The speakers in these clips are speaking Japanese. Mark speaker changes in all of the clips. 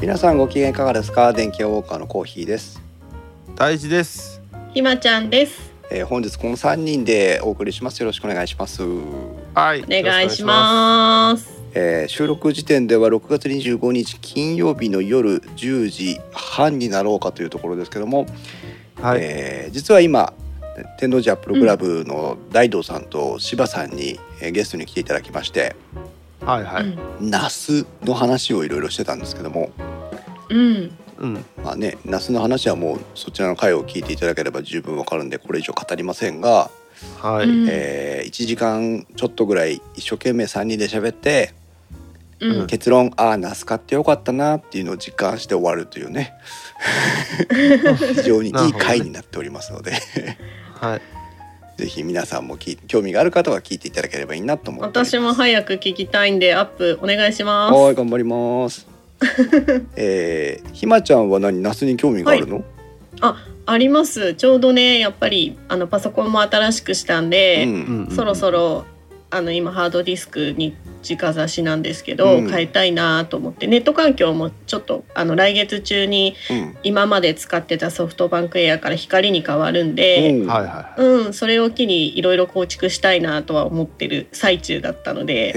Speaker 1: 皆さんご機嫌いかがですか電気屋ウォーカーのコーヒーです、
Speaker 2: 大事です。
Speaker 3: ひまちゃんです。
Speaker 1: えー、本日この三人でお送りしますよろしくお願いします、
Speaker 2: はい。
Speaker 3: お願いします。
Speaker 1: えー収録時点では6月25日金曜日の夜10時半になろうかというところですけども、
Speaker 2: す。はい。
Speaker 1: えー実は今天王寺アップルクラブの大道さんと柴さんに、えーゲストに来ていただきまして
Speaker 2: はいは
Speaker 3: う
Speaker 2: い。
Speaker 3: ん
Speaker 1: ナスの話をいろいろしてたんですけども
Speaker 3: うん、
Speaker 2: うん。
Speaker 1: まあねナスの話はもうそちらの回を聞いていただければ十分わかるんでこれ以上語りませんが、
Speaker 2: は
Speaker 3: う
Speaker 2: い。
Speaker 3: ん
Speaker 1: え1時間ちょっとぐらい一生懸命3人で喋って
Speaker 3: う
Speaker 2: うん
Speaker 3: ん、
Speaker 1: 結論ああナス買ってよかったなっていうのを実感して終わるという ね非常にいい回になっておりますので。
Speaker 2: はい。
Speaker 1: ぜひ皆さんも聞い興味がある方は聞いていただければいいなと思っております
Speaker 3: 私も早く聞きたいんでアップお願いします。
Speaker 1: はい頑張ります。 えー、ひまちゃんは何ナスに興味があるの？
Speaker 3: あります。ちょうどね、やっぱりあのパソコンも新しくしたん
Speaker 1: う
Speaker 3: で、
Speaker 1: ん
Speaker 2: うん
Speaker 3: そろそろあの今ハードディスクに直差しなんですけど、
Speaker 1: うん
Speaker 3: 変えたいなと思って、ネット環境もちょっとあの来月中に
Speaker 1: うん
Speaker 3: 今まで使ってたソフトバンクエアから光に変わるんで。
Speaker 1: うん
Speaker 2: はいはい。
Speaker 3: うん、それを機にいろいろ構築したいなとは思ってる最中だったので、
Speaker 1: へ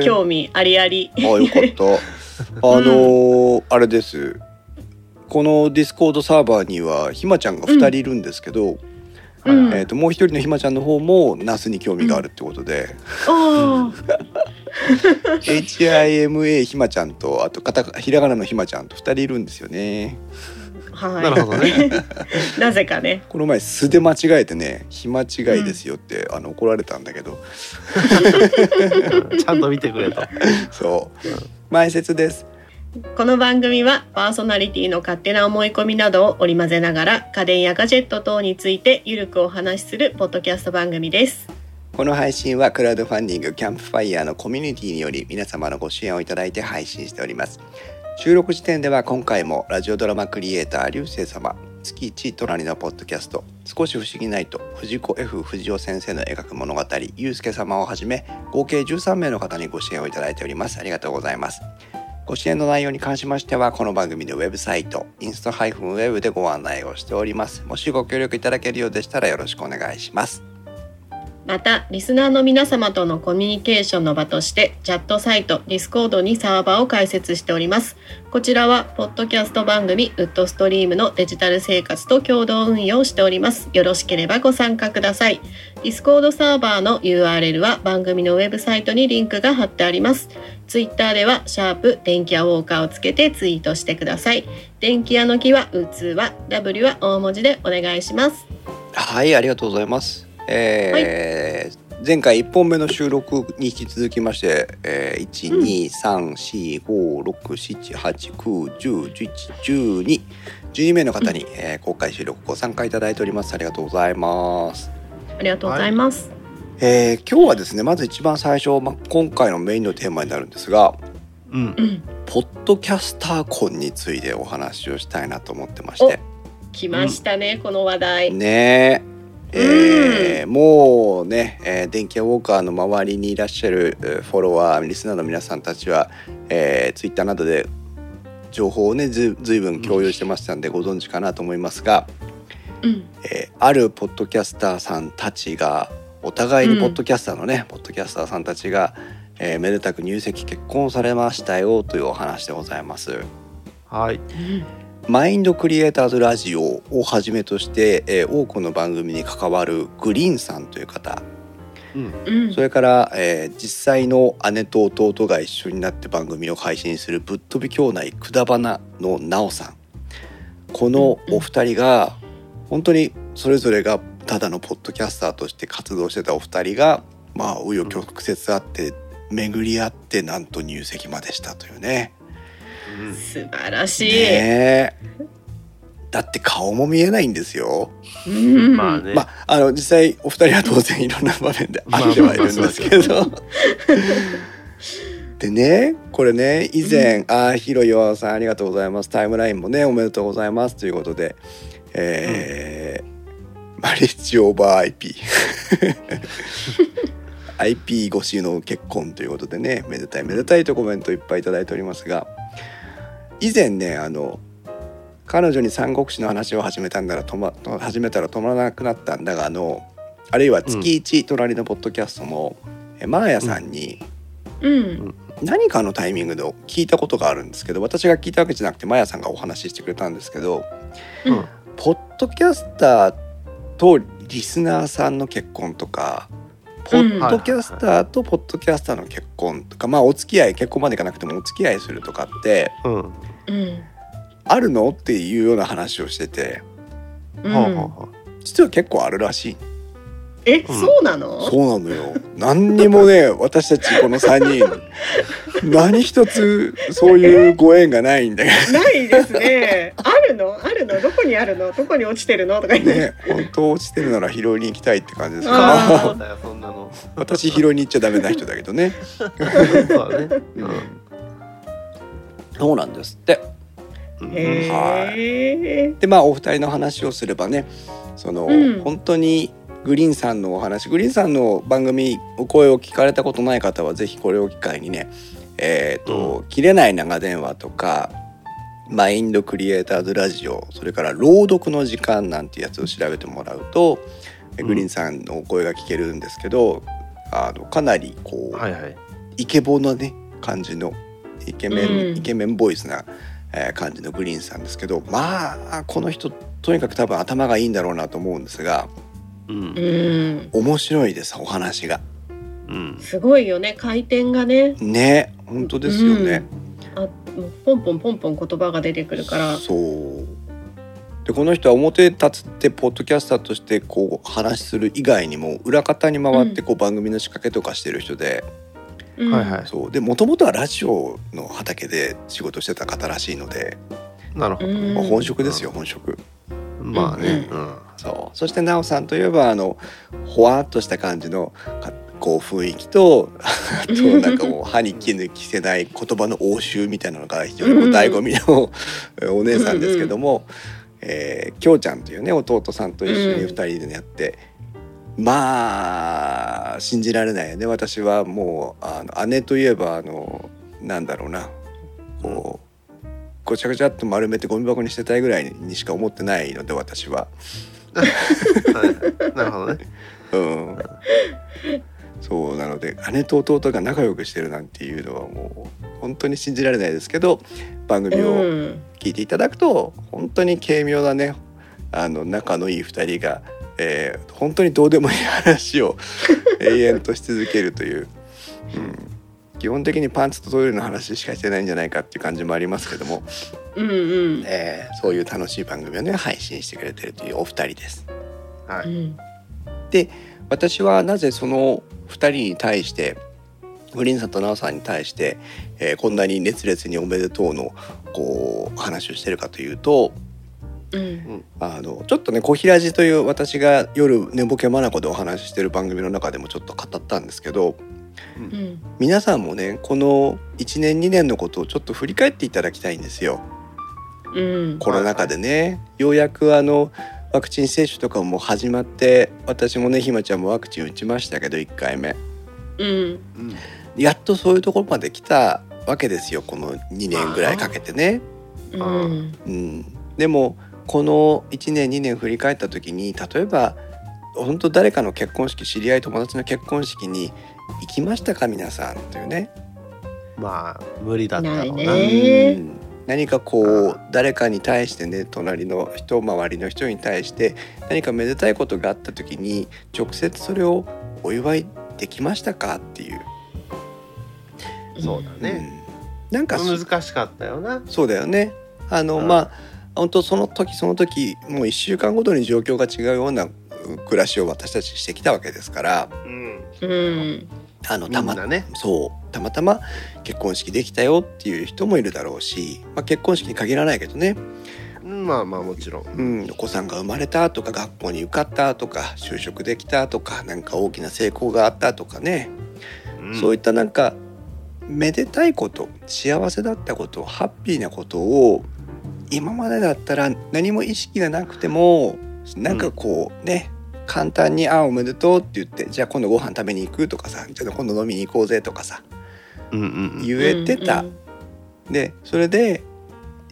Speaker 1: え。
Speaker 3: 興味ありあり。
Speaker 1: あよかった。あのーあれです。このディスコードサーバーにはひまちゃんが2人いるんですけど、
Speaker 3: うん
Speaker 1: えー、ともう一人のひまちゃんの方もナスに興味があるってことで、
Speaker 3: あ
Speaker 1: HIMA ひまちゃんとあとカタカひらがなのひまちゃんと2人いるんですよね。
Speaker 3: あ、はい。
Speaker 2: なるほどね。
Speaker 3: なぜかね。
Speaker 1: この前素で間違えてね「暇違いですよ」って、あの怒られたんだけど
Speaker 2: ちゃんと見てくれと。
Speaker 1: そう
Speaker 2: うん
Speaker 1: 「前説です
Speaker 3: この番組はパーソナリティの勝手な思い込みなどを織り交ぜながら家電やガジェット等についてゆるくお話しするポッドキャスト番組です。」
Speaker 1: この配信はクラウドファンディングキャンプファイヤーのコミュニティにより皆様のご支援をいただいて配信しております収録時点では今回もラジオドラマクリエイター流星様月1隣のポッドキャスト「少し不思議ないと」藤子 F 不二雄先生の描く物語「ゆうすけ様」をはじめ合計13名の方にご支援をいただいておりますありがとうございますご支援の内容に関しましては、この番組のウェブサイト、インスタ -web でご案内をしております。もしご協力いただけるようでしたらよろしくお願いします。
Speaker 3: また、リスナーの皆様とのコミュニケーションの場として、チャットサイト、ディスコードにサーバーを開設しております。こちらは、ポッドキャスト番組、ウッドストリームのデジタル生活と共同運用しております。よろしければご参加ください。ディスコードサーバーの URL は番組のウェブサイトにリンクが貼ってあります。ツイッターでは、シャープ、電気屋ウォーカーをつけてツイートしてください。電気屋の木は、うつは、W は大文字でお願いします。
Speaker 1: はい、ありがとうございます。えー前回1本目の収録に引き続きまして、えー、1、
Speaker 3: うん
Speaker 1: 2、3、4、5、6、7、8、9、10、11、12、12名の方に、えー公開収録ご参加いただいております。ありがとうございます。
Speaker 3: ありがとうございます。
Speaker 1: えー今日はですね、まず一番最初、まあ、今回のメインのテーマになるんですが、
Speaker 2: うん。
Speaker 3: うん、
Speaker 1: ポッドキャスター婚についてお話をしたいなと思ってまして
Speaker 3: 来ましたね、この話題。
Speaker 1: ねええーもうね、えー電気屋ウォーカーの周りにいらっしゃるえーフォロワーリスナーの皆さんたちは、えー、ツイッターなどで情報をねずずいぶん共有してましたんでご存知かなと思いますが、
Speaker 3: うん、
Speaker 1: えーあるポッドキャスターさんたちがお互いにポッドキャスターのね、ポッドキャスターさんたちが、えーめでたく入籍結婚されましたよというお話でございます。
Speaker 2: はい。
Speaker 1: マインドクリエイターズラジオをはじめとして、えー多くの番組に関わるグリーンさんという方
Speaker 2: うん。
Speaker 3: うん
Speaker 1: そ、れから、えー実際の姉と弟が一緒になって番組を配信する「ぶっ飛び兄弟くだばな」のなおさんこのお二人が本当にそれぞれがただのポッドキャスターとして活動してたお二人がまあ紆余曲折あって巡り合ってなんと入籍までしたというね。
Speaker 3: 素晴らしい。
Speaker 1: ねえだって顔も見えないんですよ。
Speaker 3: う
Speaker 2: うん
Speaker 3: ん、
Speaker 2: まあね。
Speaker 1: まあ、あの実際お二人は当然いろんな場面で会ってはいるんですけど。 でねこれね以前「ああヒロヨアさんありがとうございます」「タイムラインもねおめでとうございます」ということで、えーマリッジオーバー IP。IP 越しの結婚ということでねめでたいめでたいとコメントいっぱいいただいておりますが以前ねあの彼女に三国志の話を始めたんだら止まと始めたら止まらなくなったんだがあのあるいは月一隣のポッドキャストの、えマーヤさんに
Speaker 3: うん。
Speaker 1: 何かのタイミングで聞いたことがあるんですけど私が聞いたわけじゃなくてマーヤさんがお話ししてくれたんですけど
Speaker 3: うん
Speaker 2: うん
Speaker 1: ポッドキャスターとリスナーさんの結婚とかポッドキャスターとポッドキャスターの結婚とか、まあお付き合い結婚までいかなくてもお付き合いするとかって
Speaker 2: うん
Speaker 3: うん。
Speaker 1: あるのっていうような話をしてて
Speaker 3: う
Speaker 2: はあは
Speaker 3: ん。
Speaker 2: あは
Speaker 1: 実は結構あるらしい
Speaker 3: え、そうなの。
Speaker 1: そうなのよ何にも ね私たちこの3人何一つそういうご縁がないんだけ
Speaker 3: ないですね。 あるの、あるの、どこにあるの、どこに落ちてるのとか言っ
Speaker 1: ど
Speaker 3: て。
Speaker 1: ね本当落ちてるなら拾いに行きたいって感じですけど
Speaker 3: あ
Speaker 2: あ
Speaker 3: ー
Speaker 2: そうだよそんなの
Speaker 1: 私拾いに行っちゃダメな人だけどね。
Speaker 2: そうだねうん
Speaker 1: そうなんですって
Speaker 2: うん
Speaker 3: へえ。
Speaker 1: でまあお二人の話をすればねその、
Speaker 3: うん
Speaker 1: 本当にグリーンさんのお話グリーンさんの番組お声を聞かれたことない方はぜひこれを機会にね「えーと切れない長電話」とか「マインドクリエイターズラジオ」それから「朗読の時間」なんてやつを調べてもらうと、え
Speaker 2: うん
Speaker 1: グリーンさんのお声が聞けるんですけどあのかなりこう、
Speaker 2: はいはい
Speaker 1: イケボなね感じのイケメン、
Speaker 3: うん
Speaker 1: イケメンボイスな、えー感じのグリーンさんですけどまあこの人とにかく多分頭がいいんだろうなと思うんですが
Speaker 2: う
Speaker 3: うんん。
Speaker 1: 面白いですお話が
Speaker 2: うん
Speaker 3: すごいよね、回転がね。
Speaker 1: ね本当ですよね、
Speaker 3: あ、もうポンポンポンポン言葉が出てくるから。
Speaker 1: そうでこの人は表に立つってポッドキャスターとしてこう話しする以外にも裏方に回ってこう番組の仕掛けとかしてる人で、
Speaker 3: うん
Speaker 2: はいは
Speaker 1: そうでもともとはラジオの畑で仕事してた方らしいので、
Speaker 2: いなるほ
Speaker 3: うん
Speaker 1: まあ本職ですよ本職。
Speaker 2: どまあね
Speaker 3: う
Speaker 2: うん
Speaker 1: そうそして奈緒さんといえばあのほわっとした感じのかこう雰囲気とあとなんか もう歯に衣着せない言葉の応酬みたいなのが非常にこう
Speaker 3: うん
Speaker 1: 醍醐味のお姉さんですけども、えーきょうちゃんというね弟さんと一緒に
Speaker 3: う
Speaker 1: 2
Speaker 3: ん
Speaker 1: 人でやって、まあ信じられないよね私はもうあの姉といえばあのなんだろうなこうごちゃごちゃっと丸めてゴミ箱に捨てたいぐらいにしか思ってないので私は。
Speaker 2: はいなるほどね
Speaker 1: うん、そうなので姉と弟が仲良くしてるなんていうのはもう本当に信じられないですけど番組を
Speaker 3: ん。
Speaker 1: 聞いていただくと本当に軽妙なねあの仲のいい2人が、えー本当にどうでもいい話を永遠とし続けるという、うん、基本的にパンツとトイレの話しかしてないんじゃないかっていう感じもありますけども、
Speaker 3: うんうん。
Speaker 1: えーそういう楽しい番組をね配信してくれてるというお二人です。
Speaker 2: は
Speaker 3: う
Speaker 2: い
Speaker 3: ん
Speaker 1: 私はなぜその2人に対してグリーンさんとナオさんに対して、えーこんなに熱烈におめでとうのこう話をしてるかというと
Speaker 3: うん。
Speaker 1: あのちょっとね「小平寺」という私が夜寝ぼけ眼でお話ししてる番組の中でもちょっと語ったんですけど
Speaker 3: うん。
Speaker 1: 皆さんもねこの1年2年のことをちょっと振り返っていただきたいんですよ。
Speaker 3: うん。
Speaker 1: コロナ禍でねようやくあのワクチン接種とかも始まって私もねひまちゃんもワクチン打ちましたけど1回目。
Speaker 3: うん。
Speaker 2: うん
Speaker 1: やっとそういうところまで来たわけですよこの2年ぐらいかけてね。
Speaker 3: うん。
Speaker 1: うん、でもこの1年2年振り返った時に例えば本当誰かの結婚式知り合い友達の結婚式に行きましたか皆さんというね。
Speaker 2: まあ無理だったろうな
Speaker 3: な
Speaker 2: い
Speaker 3: ねえー
Speaker 1: うん何かこ
Speaker 2: う
Speaker 1: う誰かに対してね隣の人周りの人に対して何かめでたいことがあった時に直接それをお祝いできましたかっていう。
Speaker 2: そうだね
Speaker 1: うんなんかそ
Speaker 2: 難しかったよな
Speaker 1: そうだよね。あの、
Speaker 2: うん
Speaker 1: まあ本当その時その時もう1週間ごとに状況が違うようなう暮らしを私たちしてきたわけですから
Speaker 2: うん
Speaker 3: うん。
Speaker 1: あの
Speaker 2: み
Speaker 1: たま
Speaker 2: んなね
Speaker 1: そうたまたま結婚式できたよっていう人もいるだろうし、まあ、結婚式に限らないけどね、
Speaker 2: うんまあまあもちろん
Speaker 1: うん、お子さんが生まれたとか学校に受かったとか就職できたとかなんか大きな成功があったとかね、そういったなんかめでたいこと幸せだったことハッピーなことを今までだったら何も意識がなくてもなんかこうね、簡単に「あおめでとう」って言って「じゃあ今度ご飯食べに行く」とかさ「じゃあ今度飲みに行こうぜ」とかさ
Speaker 2: うんうんうん
Speaker 1: 言えてた。
Speaker 3: うん
Speaker 1: でそれで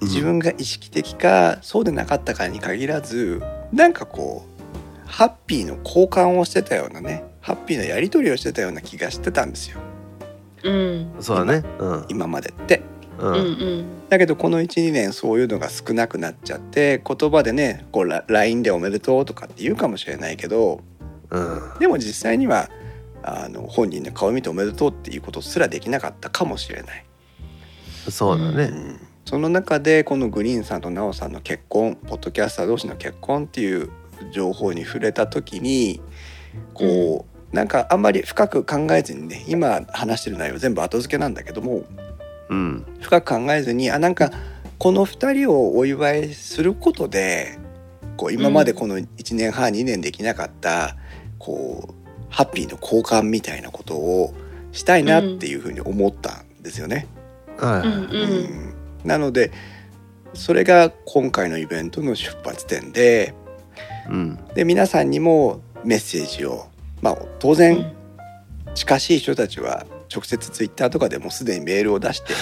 Speaker 1: 自分が意識的かそうでなかったかに限らずなんかこうハッピーの交換をしてたようなねハッピーなやり取りをしてたような気がしてたんですよ
Speaker 3: うん
Speaker 2: そうだね。うん。
Speaker 1: 今までって。
Speaker 2: う。
Speaker 3: うんうんん
Speaker 1: だけどこの12年そういうのが少なくなっちゃって言葉でねこうラ LINE で「おめでとう」とかって言うかもしれないけど
Speaker 2: うん。
Speaker 1: でも実際にはあの本人の顔を見て「おめでとう」っていうことすらできなかったかもしれない。
Speaker 2: そうだ
Speaker 1: う
Speaker 2: ね。
Speaker 1: んその中でこのグリーンさんとナオさんの結婚ポッドキャスター同士の結婚っていう情報に触れた時にこう、なんかあんまり深く考えずにね今話してる内容全部後付けなんだけども
Speaker 2: うん。
Speaker 1: 深く考えずにあなんかこの2人をお祝いすることでこう今までこの1年半2年できなかった、こうハッピーの交換みたいなことをしたいなっていうふうに思ったんですよね。
Speaker 2: は
Speaker 3: うん
Speaker 2: い。
Speaker 1: うんなのでそれが今回のイベントの出発点で
Speaker 2: うん。
Speaker 1: で皆さんにもメッセージを、まあ、当
Speaker 3: う
Speaker 1: 然
Speaker 3: ん
Speaker 1: 近しい人たちは直接ツイッターとかでもすでにメールを出して、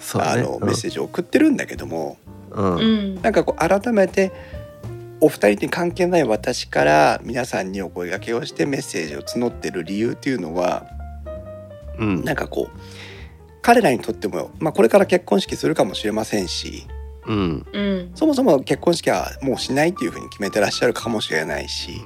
Speaker 2: そう
Speaker 1: あ
Speaker 2: だね。
Speaker 1: のメッセージを送ってるんだけども、
Speaker 2: うん。
Speaker 3: う
Speaker 2: うん
Speaker 3: ん
Speaker 1: なんかこう改めてお二人に関係ない私から皆さんにお声掛けをしてメッセージを募ってる理由っていうのは
Speaker 2: うん。
Speaker 1: なんかこう彼らにとっても、まあ、これから結婚式するかもしれませんし
Speaker 2: うん。
Speaker 3: うん
Speaker 1: そもそも結婚式はもうしないっていうふうに決めてらっしゃるかもしれないし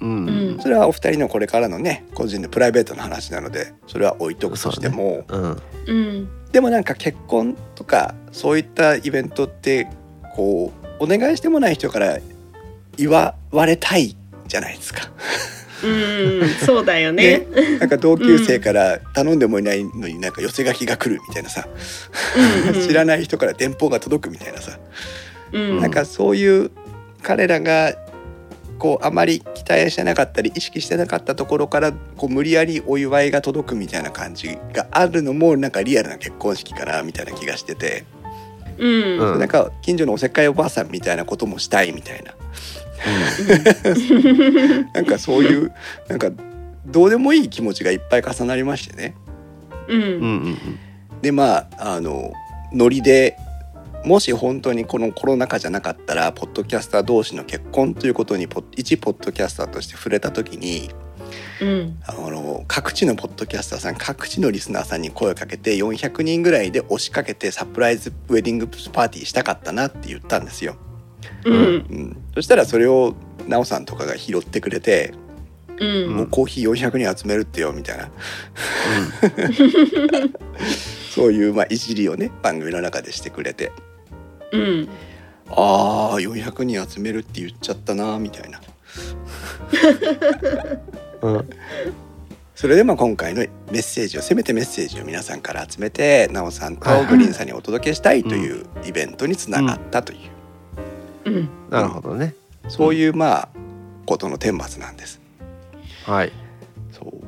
Speaker 2: うん。
Speaker 1: それはお二人のこれからのね個人のプライベートの話なのでそれは置いとくとしても、
Speaker 2: うん。
Speaker 3: うん
Speaker 1: でもなんか結婚とかそういったイベントってこうお願いしてもない人から祝われたいじゃないですか。
Speaker 3: うんそうだよね
Speaker 1: なんか同級生から頼んでもいないのになんか寄せ書きが来るみたいなさ、
Speaker 3: うんうん
Speaker 1: 知らない人から電報が届くみたいなさ
Speaker 3: うん
Speaker 1: なんかそういう彼らがこうあまり期待してなかったり意識してなかったところからこう無理やりお祝いが届くみたいな感じがあるのもなんかリアルな結婚式かなみたいな気がしてて、
Speaker 3: うん
Speaker 2: うん
Speaker 1: なんか近所のおせっかいおばあさんみたいなこともしたいみたいな なんかそういうなんかどうでもいい気持ちがいっぱい重なりましてね。
Speaker 3: う
Speaker 2: うんん。うん。
Speaker 1: でまああのノリでもし本当にこのコロナ禍じゃなかったらポッドキャスター同士の結婚ということにポッ一ポッドキャスターとして触れた時に
Speaker 3: うん
Speaker 1: あの各地のポッドキャスターさん各地のリスナーさんに声をかけて400人ぐらいで押しかけてサプライズウェディングパーティーしたかったなって言ったんですよ。
Speaker 3: うん
Speaker 1: うん、そしたらそれをなおさんとかが拾ってくれて
Speaker 3: う
Speaker 1: 「
Speaker 3: ん
Speaker 1: もうコーヒー400人集めるってよ」みたいなそういうまあいじりをね番組の中でしてくれて
Speaker 3: うん
Speaker 1: ああ400人集めるって言っちゃったなみたいな
Speaker 2: うん。
Speaker 1: それでまあ今回のメッセージをせめてメッセージを皆さんから集めてなおさんと
Speaker 2: はい
Speaker 1: グリーンさんにお届けしたいというイベントにつながったという、
Speaker 3: うん
Speaker 2: なるほどね。
Speaker 1: そういうまあことの顛末なんです。
Speaker 2: はい。
Speaker 1: そう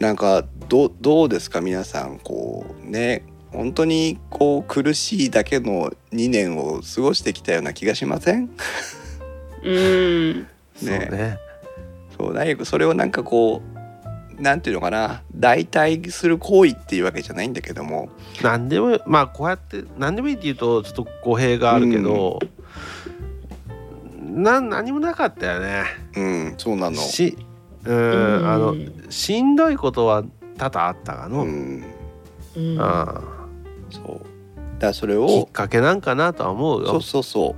Speaker 1: なんかどうどうですか皆さんこうね本当にこう苦しいだけの2年を過ごしてきたような気がしません
Speaker 3: うん
Speaker 2: そうね。
Speaker 1: そう大学それをなんかこうなんていうのかな代替する行為っていうわけじゃないんだけども
Speaker 2: 何でもまあこうやって何でもいいって言うとちょっと語弊があるけど、な何もなかったよね。
Speaker 1: うんそうなの
Speaker 2: しう
Speaker 3: うんん
Speaker 2: あのしんどいことは多々あったがの、
Speaker 1: う
Speaker 2: うん
Speaker 1: ん
Speaker 3: うん
Speaker 1: そうだからそれ
Speaker 2: きっ
Speaker 1: を
Speaker 2: かけなんかなとは思う
Speaker 1: そ
Speaker 2: よ
Speaker 1: う。そうそ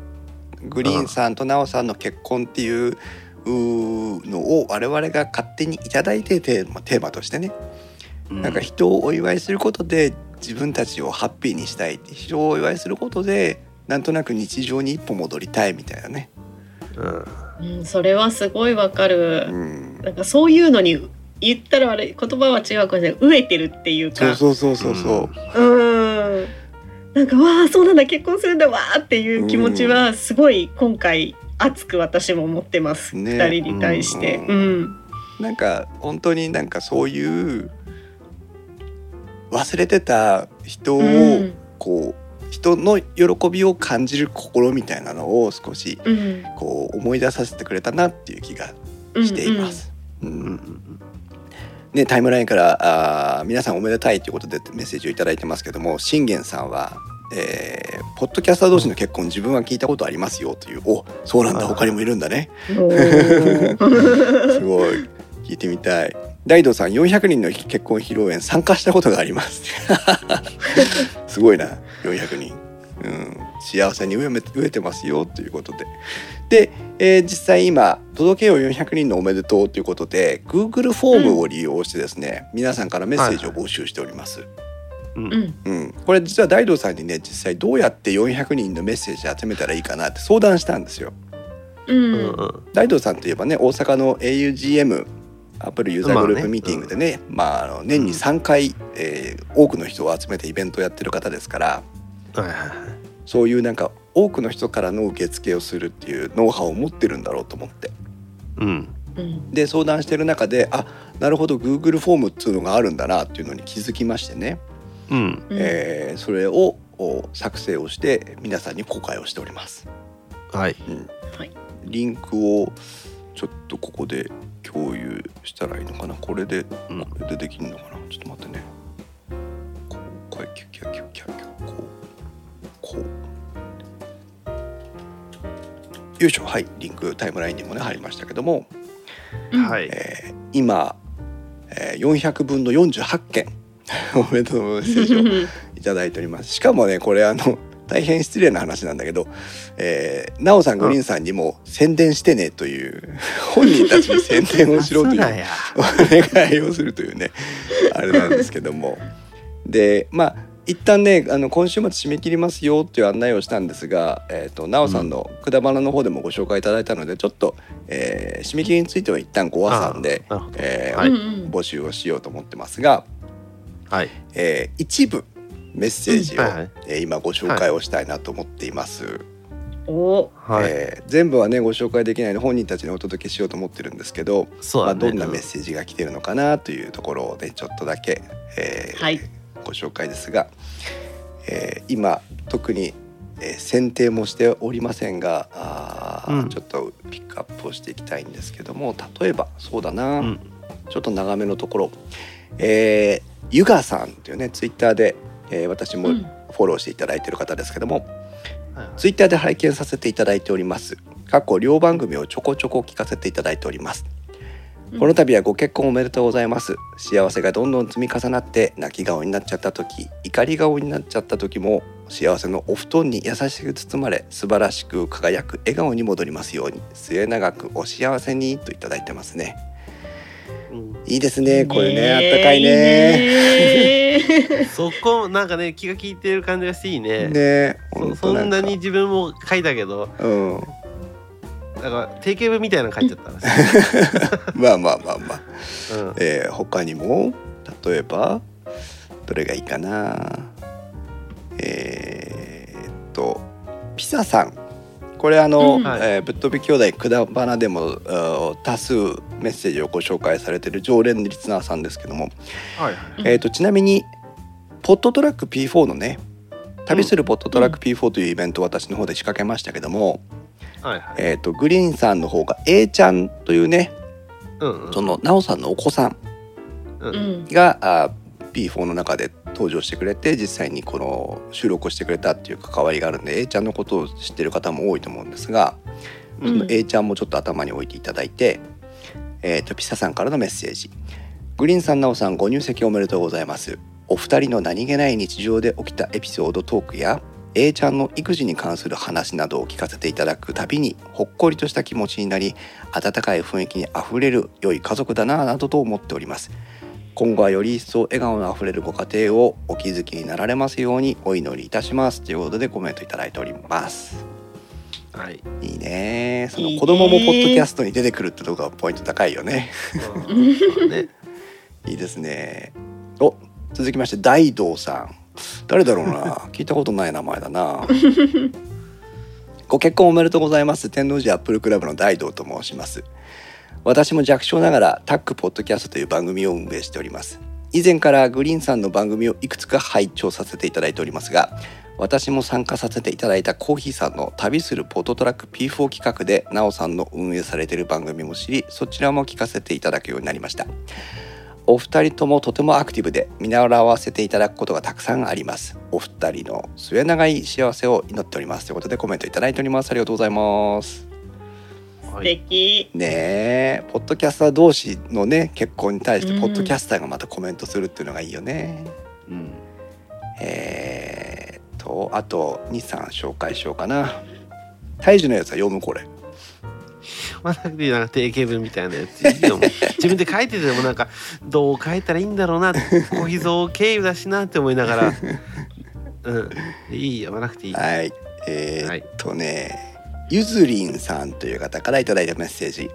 Speaker 1: うグリーンさんとナオさんの結婚っていううーのを我々が勝手にいただいてテーマテーマとしてね
Speaker 2: うん
Speaker 1: なんか人をお祝いすることで自分たちをハッピーにしたい人をお祝いすることでなんとなく日常に一歩戻りたいみたいなね。
Speaker 2: うん
Speaker 3: うんそれはすごいわか
Speaker 1: う
Speaker 3: る
Speaker 1: ん
Speaker 3: なんかそういうのに言ったらあれ言葉は違うかもしれない飢えてるっていう
Speaker 1: そう
Speaker 3: か
Speaker 1: そうそうそうそう。
Speaker 3: うんなんかわあそうなんだ結婚するんだわあっていう気持ちはすごい今回熱く私も思ってます、
Speaker 1: ね
Speaker 3: 二人に対して
Speaker 1: うなんか本当になんかそういう忘れてた人を
Speaker 3: うんうん
Speaker 1: こう、人の喜びを感じる心みたいなのを少し
Speaker 3: うん
Speaker 1: こう思い出させてくれたなっていう気が
Speaker 3: うん
Speaker 1: していま、す。う
Speaker 2: うんん
Speaker 1: ね、タイムラインからあー皆さんおめでたいということでメッセージをいただいてますけども信玄さんはえーポッドキャスター同士の結婚自分は聞いたことありますよというおそうなんだ
Speaker 2: はい
Speaker 1: 他にもいるんだね
Speaker 3: おー
Speaker 1: すごい聞いてみたい大道さん400人の結婚披露宴参加したことがあります すごいな400人、うん、幸せに飢えめ飢えてますよということでで、えー実際今「届けよう400人のおめでとう」ということで Google フォームを利用してですね、皆さんからメッセージを募集しております、
Speaker 3: うん
Speaker 1: うん、これ実は大道さんにね実際どうやって400人のメッセージ集めたらいいかなって相談したんですよ。
Speaker 3: う
Speaker 2: うん
Speaker 3: ん
Speaker 2: うん
Speaker 1: 大道さんといえばね大阪の augm アップルユーザーグループミーティングでね,、まああの年に3回、えー多くの人を集めてイベントをやってる方ですから
Speaker 2: はいはいはい
Speaker 1: そういうなんか多くの人からの受付をするっていうノウハウを持ってるんだろうと思って
Speaker 2: うん
Speaker 3: うん
Speaker 1: で相談してる中であなるほど Google フォームっていうのがあるんだなっていうのに気づきましてね、
Speaker 2: うん
Speaker 3: うん
Speaker 1: えーそれをお作成をして皆さんに公開をしております。
Speaker 2: はい
Speaker 1: リンクをちょっとここで共有したらいいのかなこれでこ
Speaker 2: うん
Speaker 1: れでできるのかなちょっと待ってね公開キャキャキャキャキャこうこうよいしょはいリンクタイムラインにもね入りましたけども、
Speaker 3: うん
Speaker 2: はい
Speaker 1: えー今、えー400分の48件おめでとうメッセージをいただいております。しかもね、これあの、大変失礼な話なんだけど、えー、なおさん、グリーンさんにも宣伝してねという、本人たちに宣伝をしろとい
Speaker 2: 出さな
Speaker 1: う、
Speaker 2: や
Speaker 1: お願いをするというね、あれなんですけども。で、まあ、一旦ね、あの、今週末締め切りますよっていう案内をしたんですが、えっ、と、なおさんのくだばなの方でもご紹介いただいたので、ちょっと、えー締め切りについては一旦ごさんで、
Speaker 2: あなるほど
Speaker 1: えー
Speaker 2: はい
Speaker 3: うんうん
Speaker 1: 募集をしようと思ってますが、
Speaker 2: はい
Speaker 1: えー一部メッセージを、
Speaker 2: はいはい
Speaker 1: えー今ご紹介をしたいなと思っています、
Speaker 3: お
Speaker 2: はい
Speaker 1: えー全部はねご紹介できないので本人たちにお届けしようと思ってるんですけど、
Speaker 2: そう
Speaker 1: ま
Speaker 2: だ
Speaker 1: あ、
Speaker 2: ね
Speaker 1: どんなメッセージが来てるのかなというところをねちょっとだけ、えー
Speaker 3: はい
Speaker 1: ご紹介ですが、えー今特に、えー選定もしておりませんがあー、
Speaker 2: うん
Speaker 1: ちょっとピックアップをしていきたいんですけども例えばそうだな、
Speaker 2: うん
Speaker 1: ちょっと長めのところ、えー、ゆがさんというねツイッターで、えー私も
Speaker 3: うん
Speaker 1: フォローしていただいている方ですけども、
Speaker 2: はいはい
Speaker 1: ツイッターで拝見させていただいております。過去両番組をちょこちょこ聞かせていただいております。この度はご結婚おめでとうございます。幸せがどんどん積み重なって泣き顔になっちゃった時、怒り顔になっちゃった時も幸せのお布団に優しく包まれ素晴らしく輝く笑顔に戻りますように末永くお幸せにといただいてますね。
Speaker 2: うん
Speaker 1: いいですね。これね、あっ
Speaker 3: え
Speaker 1: たかいね。
Speaker 3: いいね
Speaker 2: そこなんかね気が利いてる感じがしていいね
Speaker 1: ね、ほ
Speaker 2: そ
Speaker 1: と
Speaker 2: そんな
Speaker 1: か
Speaker 2: に。自分も書いたけど
Speaker 1: うん。
Speaker 2: だから定型文みたいなの書いちゃったらし
Speaker 1: まあまあまあまあ。
Speaker 2: い、うん
Speaker 1: えー他にも例えばどれがいいかなえーっとピサさんこれあの、
Speaker 3: うん
Speaker 1: えーぶっ飛び兄弟くだばなでもあー多数メッセージをご紹介されている常連リスナーさんですけども、
Speaker 2: はいはい
Speaker 1: えーっとちなみにポットトラック P4 のね旅するポットトラック P4 というイベントを私の方で仕掛けましたけども、
Speaker 2: はいはい
Speaker 1: えーっとグリーンさんの方が A ちゃんというね
Speaker 2: うんうん
Speaker 1: その奈緒さんのお子さん
Speaker 2: う
Speaker 3: うんん
Speaker 1: があ P4 の中で登場してくれて実際にこの収録をしてくれたっていう関わりがあるんで A ちゃんのことを知ってる方も多いと思うんですが、
Speaker 3: うん
Speaker 1: その A ちゃんもちょっと頭に置いていただいて、えー、とピサさんからのメッセージ「グリーンさんなおさんご入籍おめでとうございます」お二人の何気ない日常で起きたエピソードトークや A ちゃんの育児に関する話などを聞かせていただくたびにほっこりとした気持ちになり温かい雰囲気にあふれる良い家族だななどと思っております今後はより一層笑顔のあふれるご家庭をお気づきになられますようにお祈りいたしますということでコメントいただいております
Speaker 2: はい
Speaker 1: いいねその
Speaker 3: いいね
Speaker 1: 子供もポッドキャストに出てくるってとこがポイント高いよね
Speaker 2: うんそうだね
Speaker 1: いいですねお続きまして大道さん誰だろうな聞いたことない名前だなご結婚おめでとうございます天王寺アップルクラブの大道と申します私も弱小ながらタックポッドキャストという番組を運営しております以前からグリーンさんの番組をいくつか拝聴させていただいておりますが私も参加させていただいたコーヒーさんの旅するポートトラック P4 企画でなおさんの運営されている番組も知りそちらも聞かせていただくようになりましたお二人ともとてもアクティブで見習わせていただくことがたくさんありますお二人の末永い幸せを祈っておりますということでコメントいただいておりますありがとうございます
Speaker 2: は
Speaker 3: 素
Speaker 2: い、
Speaker 3: 敵。
Speaker 1: ねえポッドキャスター同士のね結婚に対して
Speaker 3: うん
Speaker 1: ポッドキャスターがまたコメントするっていうのがいいよね、
Speaker 2: うん、
Speaker 1: えー、とあと23紹介しようかな胎児のやつは読むこれ
Speaker 2: まあ、なくていいな定型文みたいなやついい よもう自分で書いててもなんかどう書いたらいいんだろうな小秘蔵経由だしなって思いながら、うん、いい読まなくていい。はい、
Speaker 1: はいえー、えっとね、ゆずりんさんという方からいただいたメッセージ。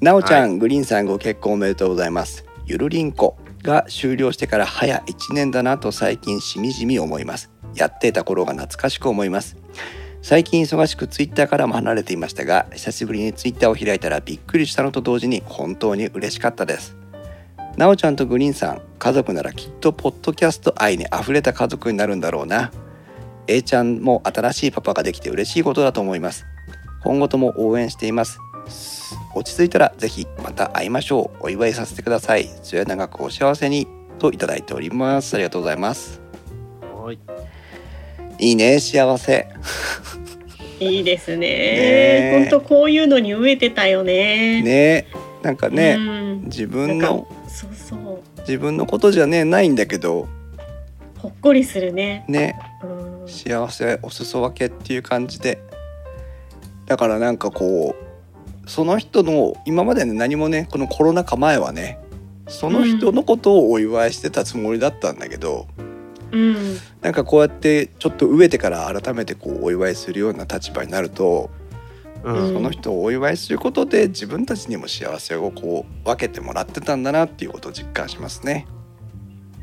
Speaker 1: なおちゃん、グリーンさんご結婚おめでとうございます。ゆるりんこが終了してから早1年だなと最近しみじみ思います。やっていた頃が懐かしく思います。最近忙しくツイッターからも離れていましたが久しぶりにツイッターを開いたらびっくりしたのと同時に本当に嬉しかったですなおちゃんとグリーンさん家族ならきっとポッドキャスト愛にあふれた家族になるんだろうな A ちゃんも新しいパパができて嬉しいことだと思います今後とも応援しています落ち着いたらぜひまた会いましょうお祝いさせてください末永くお幸せにといただいておりますありがとうございますいいね幸せ
Speaker 3: いいです
Speaker 1: ねえ
Speaker 3: ね。本当こういうのに飢えてたよね。
Speaker 1: ねなんかね、
Speaker 3: うん
Speaker 1: 自
Speaker 3: なん
Speaker 1: 分
Speaker 3: か
Speaker 1: の
Speaker 3: そうそう。
Speaker 1: 自分のことじゃねないんだけど
Speaker 3: ほっこりするね。
Speaker 1: ね
Speaker 3: うん。
Speaker 1: 幸せお裾分けっていう感じでだからなんかこうその人の今までね何もねこのコロナ禍前はねその人のことをお祝いしてたつもりだったんだけど、
Speaker 3: うん。
Speaker 1: なんかこうやってちょっと飢えてから改めてこうお祝いするような立場になると、
Speaker 2: うん
Speaker 1: その人をお祝いすることで自分たちにも幸せをこう分けてもらってたんだなっていうことを実感しますね。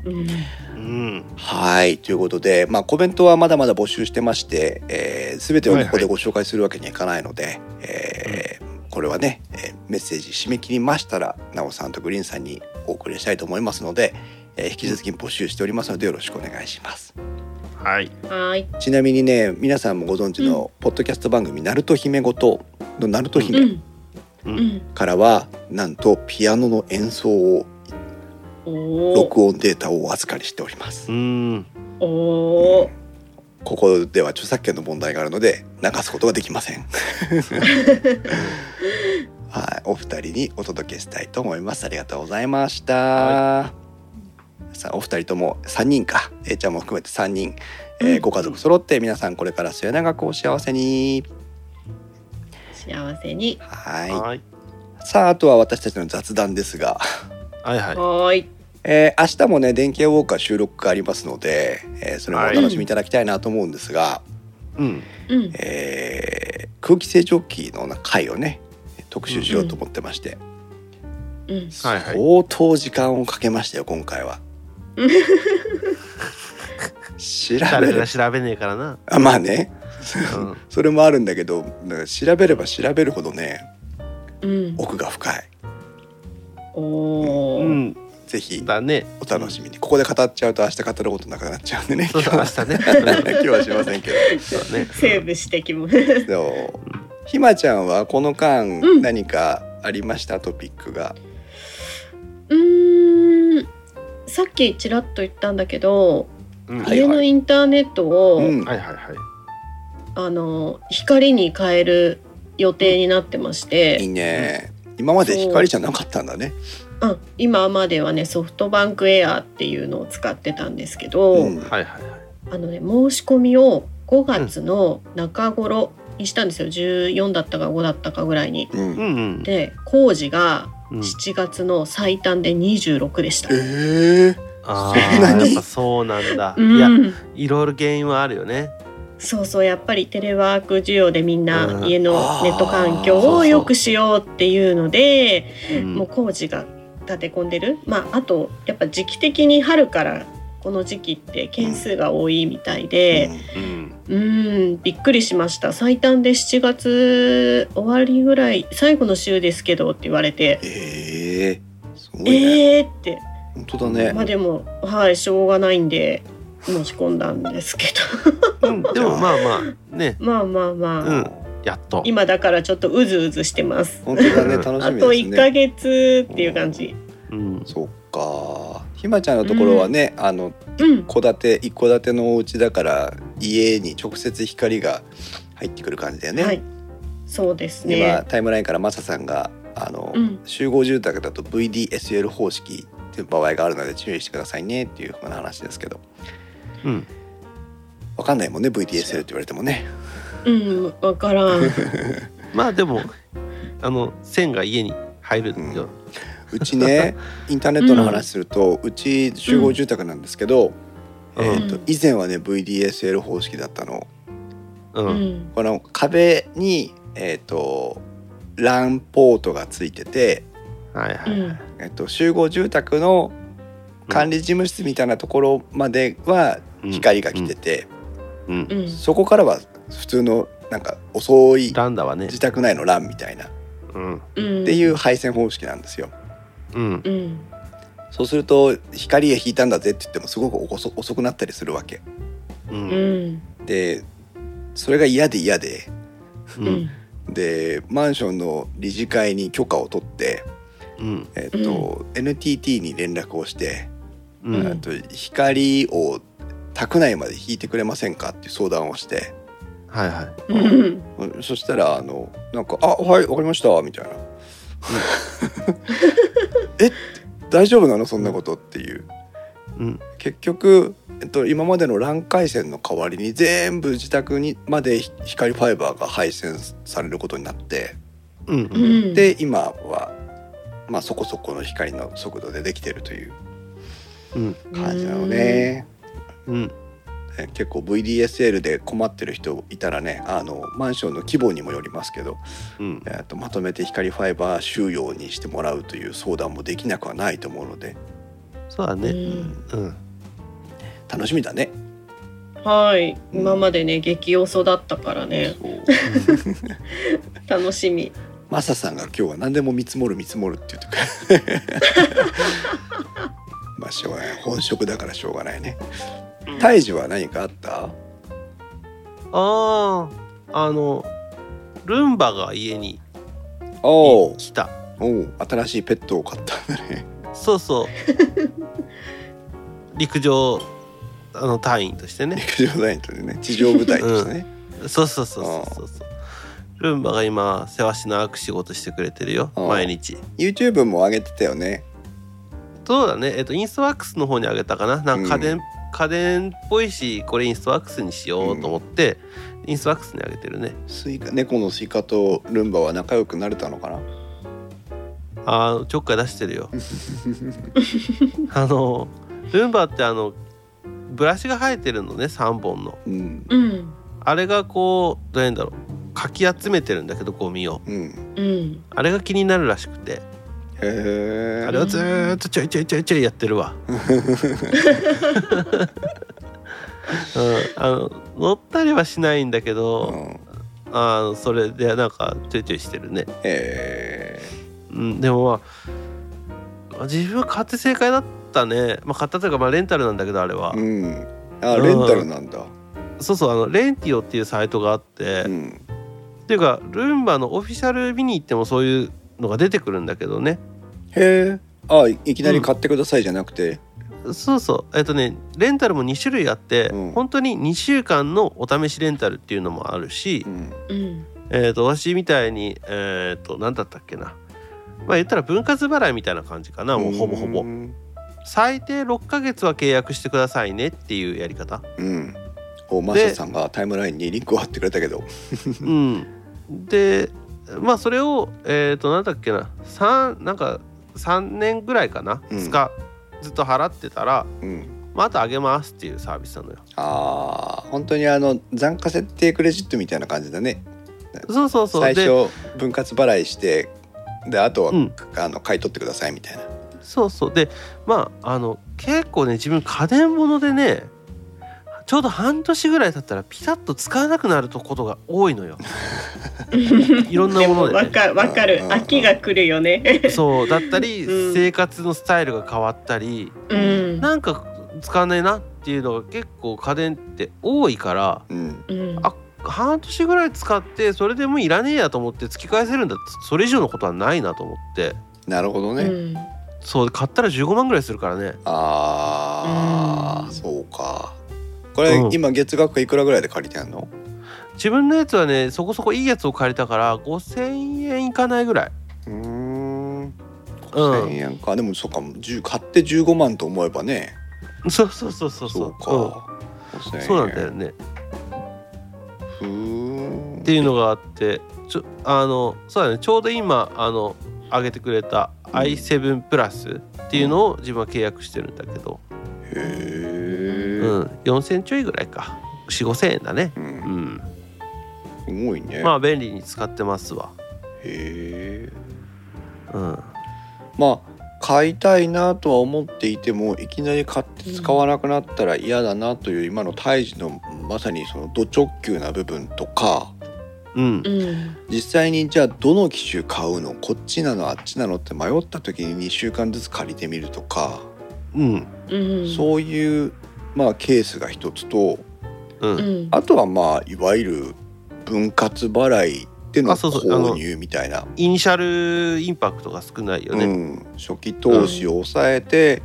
Speaker 3: うん。
Speaker 2: うん
Speaker 1: はいということで、まあ、コメントはまだまだ募集してまして、えー、全てを
Speaker 2: はい
Speaker 1: ね
Speaker 2: はい
Speaker 1: ここでご紹介するわけにはいかないので、えーこれはね、えーメッセージ締め切りましたらなおさんとグリーンさんにお送りしたいと思いますので、えー引き続き募集しておりますのでよろしくお願いします
Speaker 2: はい
Speaker 3: はーい。
Speaker 1: ちなみにね皆さんもご存知のポッドキャスト番組「ナルト姫ごと」の「ナルト
Speaker 3: う
Speaker 1: 姫
Speaker 3: ん。
Speaker 2: う
Speaker 3: うんん。」
Speaker 1: からはなんとピアノの演奏を
Speaker 3: おお。
Speaker 1: 録音データをお預かりしております
Speaker 2: うん
Speaker 3: おおー。
Speaker 1: ここでは著作権の問題があるので流すことができません。はい、お二人にお届けしたいと思います。ありがとうございました。
Speaker 2: は
Speaker 1: さあお二人とも三人か、えいちゃんも含めて三人、えー
Speaker 3: うん
Speaker 1: ご家族揃って皆さんこれから末永くお幸せに。
Speaker 3: 幸せに。
Speaker 1: は
Speaker 2: はい
Speaker 1: い。さああとは私たちの雑談ですが、
Speaker 2: はいはい
Speaker 3: はーい。
Speaker 1: えー明日もね電気屋ウォーカー収録がありますので、えーそれもお楽しみいただきたいなと思うんですが。
Speaker 2: うん
Speaker 3: うん。
Speaker 1: えー空気清浄機の回をね特集しようと思ってまして、
Speaker 3: うん。
Speaker 2: はいはい
Speaker 1: 相当時間をかけましたよ今 回は。調べ
Speaker 2: 誰
Speaker 1: れば
Speaker 2: が調べねえからな
Speaker 1: あまあね
Speaker 2: うん
Speaker 1: それもあるんだけどなんか調べれば調べるほどね
Speaker 3: うん。
Speaker 1: 奥が深い。
Speaker 3: おお。
Speaker 2: うん
Speaker 1: ぜひ
Speaker 2: だね
Speaker 1: お楽しみにここで語っちゃうと明日語ることなくなっちゃうんでね
Speaker 2: そう
Speaker 1: 今日
Speaker 2: そう明
Speaker 1: は
Speaker 2: 日ね
Speaker 1: 今日はしませんけど。
Speaker 2: そうね
Speaker 3: セーブしてきます。
Speaker 1: そうひまちゃんはこの間
Speaker 3: うん
Speaker 1: 何かありました、トピックが。
Speaker 3: うーん。さっきちらっと言ったんだけど、
Speaker 2: うん
Speaker 1: は
Speaker 2: はい
Speaker 1: い
Speaker 3: 家のインターネットを、
Speaker 1: うん
Speaker 2: はいはい
Speaker 3: あの光に変える予定になってまし
Speaker 1: いい
Speaker 3: て、
Speaker 1: ね。今まで光じゃなかったんだね。
Speaker 3: うん、今まではねソフトバンクエアっていうのを使ってたんですけど、
Speaker 1: うん
Speaker 2: はいはいはい
Speaker 3: あのね申し込みを5月の中頃にしたんですよ14だったか5だったかぐらいに。
Speaker 1: うん
Speaker 2: うんうん
Speaker 3: で工事が
Speaker 2: うん
Speaker 3: 7月の最短で26でした。
Speaker 1: ええ
Speaker 2: あ
Speaker 1: そんな
Speaker 2: あ
Speaker 1: に
Speaker 2: やっぱそうなんだ
Speaker 3: うん
Speaker 2: いやいろいろ原因はあるよね
Speaker 3: そうそうやっぱりテレワーク需要でみん
Speaker 2: う
Speaker 3: なん家のネット環境を良くしようっていうので、
Speaker 2: うん
Speaker 3: もう工事が立て込んでる、まあ、あとやっぱ時期的に春からこの時期って件数が多いみたいで、
Speaker 2: うん
Speaker 3: うん、んびっくりしました最短で7月終わりぐらい最後の週ですけどって言われて、
Speaker 1: ええすごいね。
Speaker 3: えーって
Speaker 1: 本当だね。
Speaker 3: まあでもはいしょうがないんで申し込んだんですけ
Speaker 2: うんでもまあまあね
Speaker 3: ど まあまあまあ、
Speaker 2: うんやっと
Speaker 3: 今だからちょっとうずうずしてます。
Speaker 1: 本当だね。楽しみです
Speaker 3: あ
Speaker 1: ね。
Speaker 3: と1ヶ月っていう感じ。
Speaker 2: うん
Speaker 1: そっかひまちゃんのところはね、あの
Speaker 3: うん、
Speaker 1: 戸建て一戸建てのお家だから家に直接光が入ってくる感じだよね。
Speaker 3: はい。そうです
Speaker 1: 今、
Speaker 3: ね。
Speaker 1: タイムラインからマサさんがあの、
Speaker 3: うん
Speaker 1: 集合住宅だと VDSL 方式っていう場合があるので注意してくださいねっていうふうな話ですけど
Speaker 2: うん、
Speaker 1: わかんないもんね VDSL って言われてもね。
Speaker 3: うん、わからん。
Speaker 2: まあでもあの線が家に入るよ、
Speaker 1: うち ねインターネットの話すると、うち集合住宅なんですけど、
Speaker 2: うん
Speaker 1: えーと以前はね VDSL 方式だったの。
Speaker 2: うん
Speaker 3: うん、
Speaker 1: この壁に、えー、と LAN ポートがついてて、
Speaker 2: はいはい、はい
Speaker 1: えっと集合住宅の管理事務室みたいなところまでは
Speaker 2: うん
Speaker 1: 光が来てて、
Speaker 2: うん、うん
Speaker 3: うん、
Speaker 1: そこからは普通のなんか遅い
Speaker 2: ランダはね
Speaker 1: 自宅内の LAN みたいなっ
Speaker 2: うん
Speaker 3: うん、
Speaker 1: ていう配線方式なんですよ。
Speaker 2: うん
Speaker 3: うん、
Speaker 1: そうすると光が引いたんだぜって言ってもすごく遅遅くなったりするわけ。
Speaker 2: う
Speaker 3: うんん、
Speaker 1: でそれが嫌で嫌で
Speaker 2: う
Speaker 3: うんん、
Speaker 1: でマンションの理事会に許可を取って、
Speaker 2: うん
Speaker 1: えっと NTT に連絡をして、
Speaker 2: う
Speaker 1: えっと光を宅内まで引いてくれませんかっていう相談をして
Speaker 2: はいはい
Speaker 3: うん、
Speaker 1: そしたらあのなんか「あはいわかりました」みたいな「 え大丈夫なのそんなこと」っていう
Speaker 2: うん
Speaker 1: 結局、えっと、今までの LAN 回線の代わりに全部自宅にまでひ光ファイバーが配線されることになって
Speaker 2: うん
Speaker 3: う
Speaker 2: うん
Speaker 3: ん、
Speaker 1: で今は、まあ、そこそこの光の速度でできてるという
Speaker 2: うん
Speaker 1: 感じなのね。
Speaker 2: うん
Speaker 1: え結構 VDSL で困ってる人いたらねあのマンションの規模にもよりますけど、
Speaker 2: うん
Speaker 1: えー、とまとめて光ファイバー収容にしてもらうという相談もできなくはないと思うので、
Speaker 2: そうだ
Speaker 3: う
Speaker 2: ね
Speaker 3: ん
Speaker 2: うん
Speaker 1: 楽しみだね。
Speaker 3: はい、今までね激要素だったからね
Speaker 1: そう
Speaker 3: 楽しみ
Speaker 1: マサさんが今日は何でも見積もる見積もるって言ってくる。 まあしょうがない本職だからしょうがないね。胎児は何かあった？
Speaker 2: あああのルンバが家に
Speaker 1: おう
Speaker 2: 来た
Speaker 1: おう新しいペットを買ったんだね。
Speaker 2: そう そう陸上あの隊員としてね
Speaker 1: 陸上ラインとね地上部隊としてね。
Speaker 2: そうそうそうそうそうそうルンバが今世話しなく仕事してくれてるよ
Speaker 1: ああ
Speaker 2: 毎日
Speaker 1: YouTube も上げてたよね。
Speaker 2: そうだねえっとインストワックスの方にあげたかななんか家電、家電っぽいしこれインストワックスにしようと思って、インストワックスにあげてるね
Speaker 1: スイカ猫のスイカとルンバは仲良くなれたのかな。
Speaker 2: あーちょっかい出してるよ あのルンバってあのブラシが生えてるのね3本の
Speaker 1: うん
Speaker 3: うん
Speaker 2: あれがこうどういうんだろうかき集めてるんだけどゴミを
Speaker 1: うん。
Speaker 3: うん
Speaker 2: あれが気になるらしくて
Speaker 1: へえ
Speaker 2: あれ。をずーっとちょいちょいちょいちょいやってるわ。うん、あの乗ったりはしないんだけ
Speaker 1: う
Speaker 2: ど、
Speaker 1: ん。
Speaker 2: あのそれでなんかちょいちょいしてるね。
Speaker 1: え
Speaker 2: うん、でもまあ自分は買って正解だったね。まあ買ったというかまあレンタルなんだけどあれは
Speaker 1: ー。。うん。あレンタルなんだ。
Speaker 2: そうそうあのレンティオっていうサイトがあって、
Speaker 1: う
Speaker 2: っ
Speaker 1: ん。
Speaker 2: ていうかルンバのオフィシャル見に行ってもそういうのが出てくるんだけどね。
Speaker 1: へえ。あいいきなり買ってくださいじゃなくて。
Speaker 2: そうそうえっとねレンタルも2種類あって、
Speaker 1: うん
Speaker 2: 本当に2週間のお試しレンタルっていうのもあるし、
Speaker 1: うん。
Speaker 3: うん
Speaker 2: えっと私みたいにえっ、と何だったっけなまあ言ったら分割払いみたいな感じかなもうほぼほぼ
Speaker 1: うん。
Speaker 2: 最低6ヶ月は契約してくださいねっていうやり方
Speaker 1: うん。おマサさんがタイムラインにリンクを貼ってくれたけど。
Speaker 2: うんでまあそれをえっ、と何だっけな3なんか3年ぐらいかな、
Speaker 1: うん
Speaker 2: つかずっと払ってたら
Speaker 1: うん。
Speaker 2: またあげますっていうサービスなのよ
Speaker 1: ああ本当にあの残価設定クレジットみたいな感じだね。
Speaker 2: そうそうそう
Speaker 1: 最
Speaker 2: で
Speaker 1: 初分割払いして。であとは、
Speaker 2: うん
Speaker 1: あの買い取ってくださいみたいな。
Speaker 2: そうそうでまああの結構ね自分家電物でねちょうど半年ぐらい経ったらピタッと使わなくなることが多いの よいろんな
Speaker 3: で
Speaker 2: も
Speaker 3: も
Speaker 2: ので,、
Speaker 3: わ
Speaker 2: ね、
Speaker 3: かわか
Speaker 1: う
Speaker 3: る
Speaker 1: ん
Speaker 3: 秋が来るよね
Speaker 2: そうだったり、
Speaker 3: うん
Speaker 2: 生活のスタイルが変わったり
Speaker 3: うん
Speaker 2: なんか使わないなっていうのが結構家電って多いから
Speaker 1: うん。
Speaker 3: うん
Speaker 2: あ半年ぐらい使ってそれでもういらねえやと思って突き返せるんだってそれ以上のことはないなと思って
Speaker 1: なるほど
Speaker 3: う
Speaker 1: ね。
Speaker 3: ん
Speaker 2: そう買ったら15万ぐらいするからね
Speaker 1: あー、
Speaker 3: うん
Speaker 1: そうかこれ、
Speaker 2: うん
Speaker 1: 今月額いくらぐらいで借りてんの
Speaker 2: 自分のやつはねそこそこいいやつを借りたから5,000円いかないぐらいう
Speaker 1: ーん
Speaker 2: うん
Speaker 1: 1000円か、でもそうか10買って15万と思えばね
Speaker 2: そうそうそうそう
Speaker 1: そう
Speaker 2: うん
Speaker 1: か、5000円
Speaker 2: そうなんだよね
Speaker 1: ふーん
Speaker 2: っていうのがあってちょあのそうだねちょうど今あの上げてくれた i7 プラスっていうのを自分は契約してるんだけど、
Speaker 1: へえ、
Speaker 2: うん4,000ちょいぐらいか4,5000円だね
Speaker 1: うん
Speaker 2: うん
Speaker 1: すごいね、
Speaker 2: まあ便利に使ってますわ
Speaker 1: へえ
Speaker 2: うん
Speaker 1: まあ買いたいなとは思っていてもいきなり買って使わなくなったら嫌だなという今の胎児のまさにそのド直球な部分とか
Speaker 2: うん
Speaker 3: うん
Speaker 1: 実際にじゃあどの機種買うのこっちなのあっちなのって迷った時に2週間ずつ借りてみるとか、
Speaker 2: うん
Speaker 3: うん
Speaker 1: そういう、まあ、ケースが一つと
Speaker 2: う
Speaker 3: うんん
Speaker 1: あとはまあいわゆる分割払いでの
Speaker 2: あそうそうあの
Speaker 1: 購入みたいな
Speaker 2: イニシャルインパクトが少ないよね、
Speaker 1: うん、初期投資を抑えて、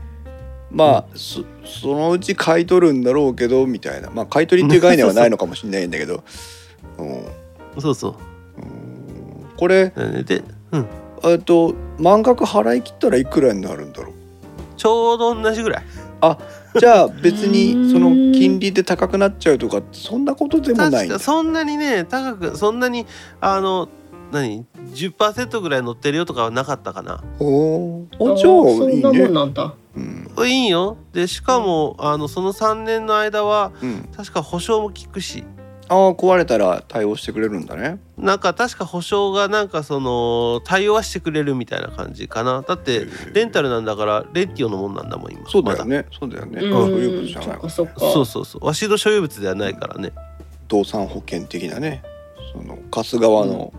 Speaker 1: まあそそのうち買い取るんだろうけどみたいなまあ買い取りっていう概念はないのかもしれないんだけ ど、うん、
Speaker 2: そうそう
Speaker 1: うんこれ
Speaker 2: だよねで、うん、
Speaker 1: えっと満額払い切ったらいくらになるんだろう
Speaker 2: ちょうど同じぐらい
Speaker 1: じゃあ別 にそうの
Speaker 3: ん
Speaker 1: 金利で高くなっちゃうとかそんなことでもない
Speaker 2: 確
Speaker 1: んだ
Speaker 2: かそんなにね高くそんなにあの何10%ぐらい乗ってるよとかはなかったかな
Speaker 1: おーお
Speaker 3: あー
Speaker 1: じゃあ
Speaker 3: そ
Speaker 1: い
Speaker 3: ん
Speaker 1: い
Speaker 3: なもん
Speaker 1: ね、
Speaker 3: なんだ
Speaker 1: うん
Speaker 2: いいよでしかも、あのその3年の間は
Speaker 1: うん、
Speaker 2: 確か保証も効くし
Speaker 1: ああ壊れたら対応してくれるんだね
Speaker 2: なんか確か保証がなんかその対応はしてくれるみたいな感じかなだってレンタルなんだからレンティオのもんなんだもん今
Speaker 1: そうだよ
Speaker 2: ま
Speaker 1: ねそうだよね、
Speaker 3: うん
Speaker 1: そういうことじゃ
Speaker 3: そ
Speaker 1: な
Speaker 3: っ
Speaker 1: い
Speaker 3: かそっか
Speaker 2: だそうそうそうわしの所有物ではないからね
Speaker 1: 動産保険的なねその貸す側の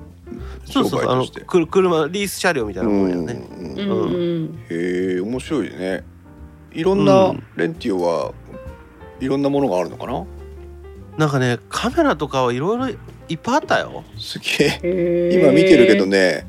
Speaker 2: そ
Speaker 1: 商
Speaker 2: う
Speaker 1: 売
Speaker 2: そうそうあ
Speaker 1: と
Speaker 2: の
Speaker 1: して
Speaker 2: くる車リース車両みたいなもんよね
Speaker 1: うんうん
Speaker 3: う
Speaker 1: へ
Speaker 3: んうん
Speaker 1: え面白いねいろん
Speaker 2: う
Speaker 1: なんレンティオはいろんなものがあるのかな
Speaker 2: なんかねカメラとかはいろいろいっぱいあったよ
Speaker 1: すげ
Speaker 3: へ
Speaker 1: え
Speaker 3: ー
Speaker 1: 今見てるけどね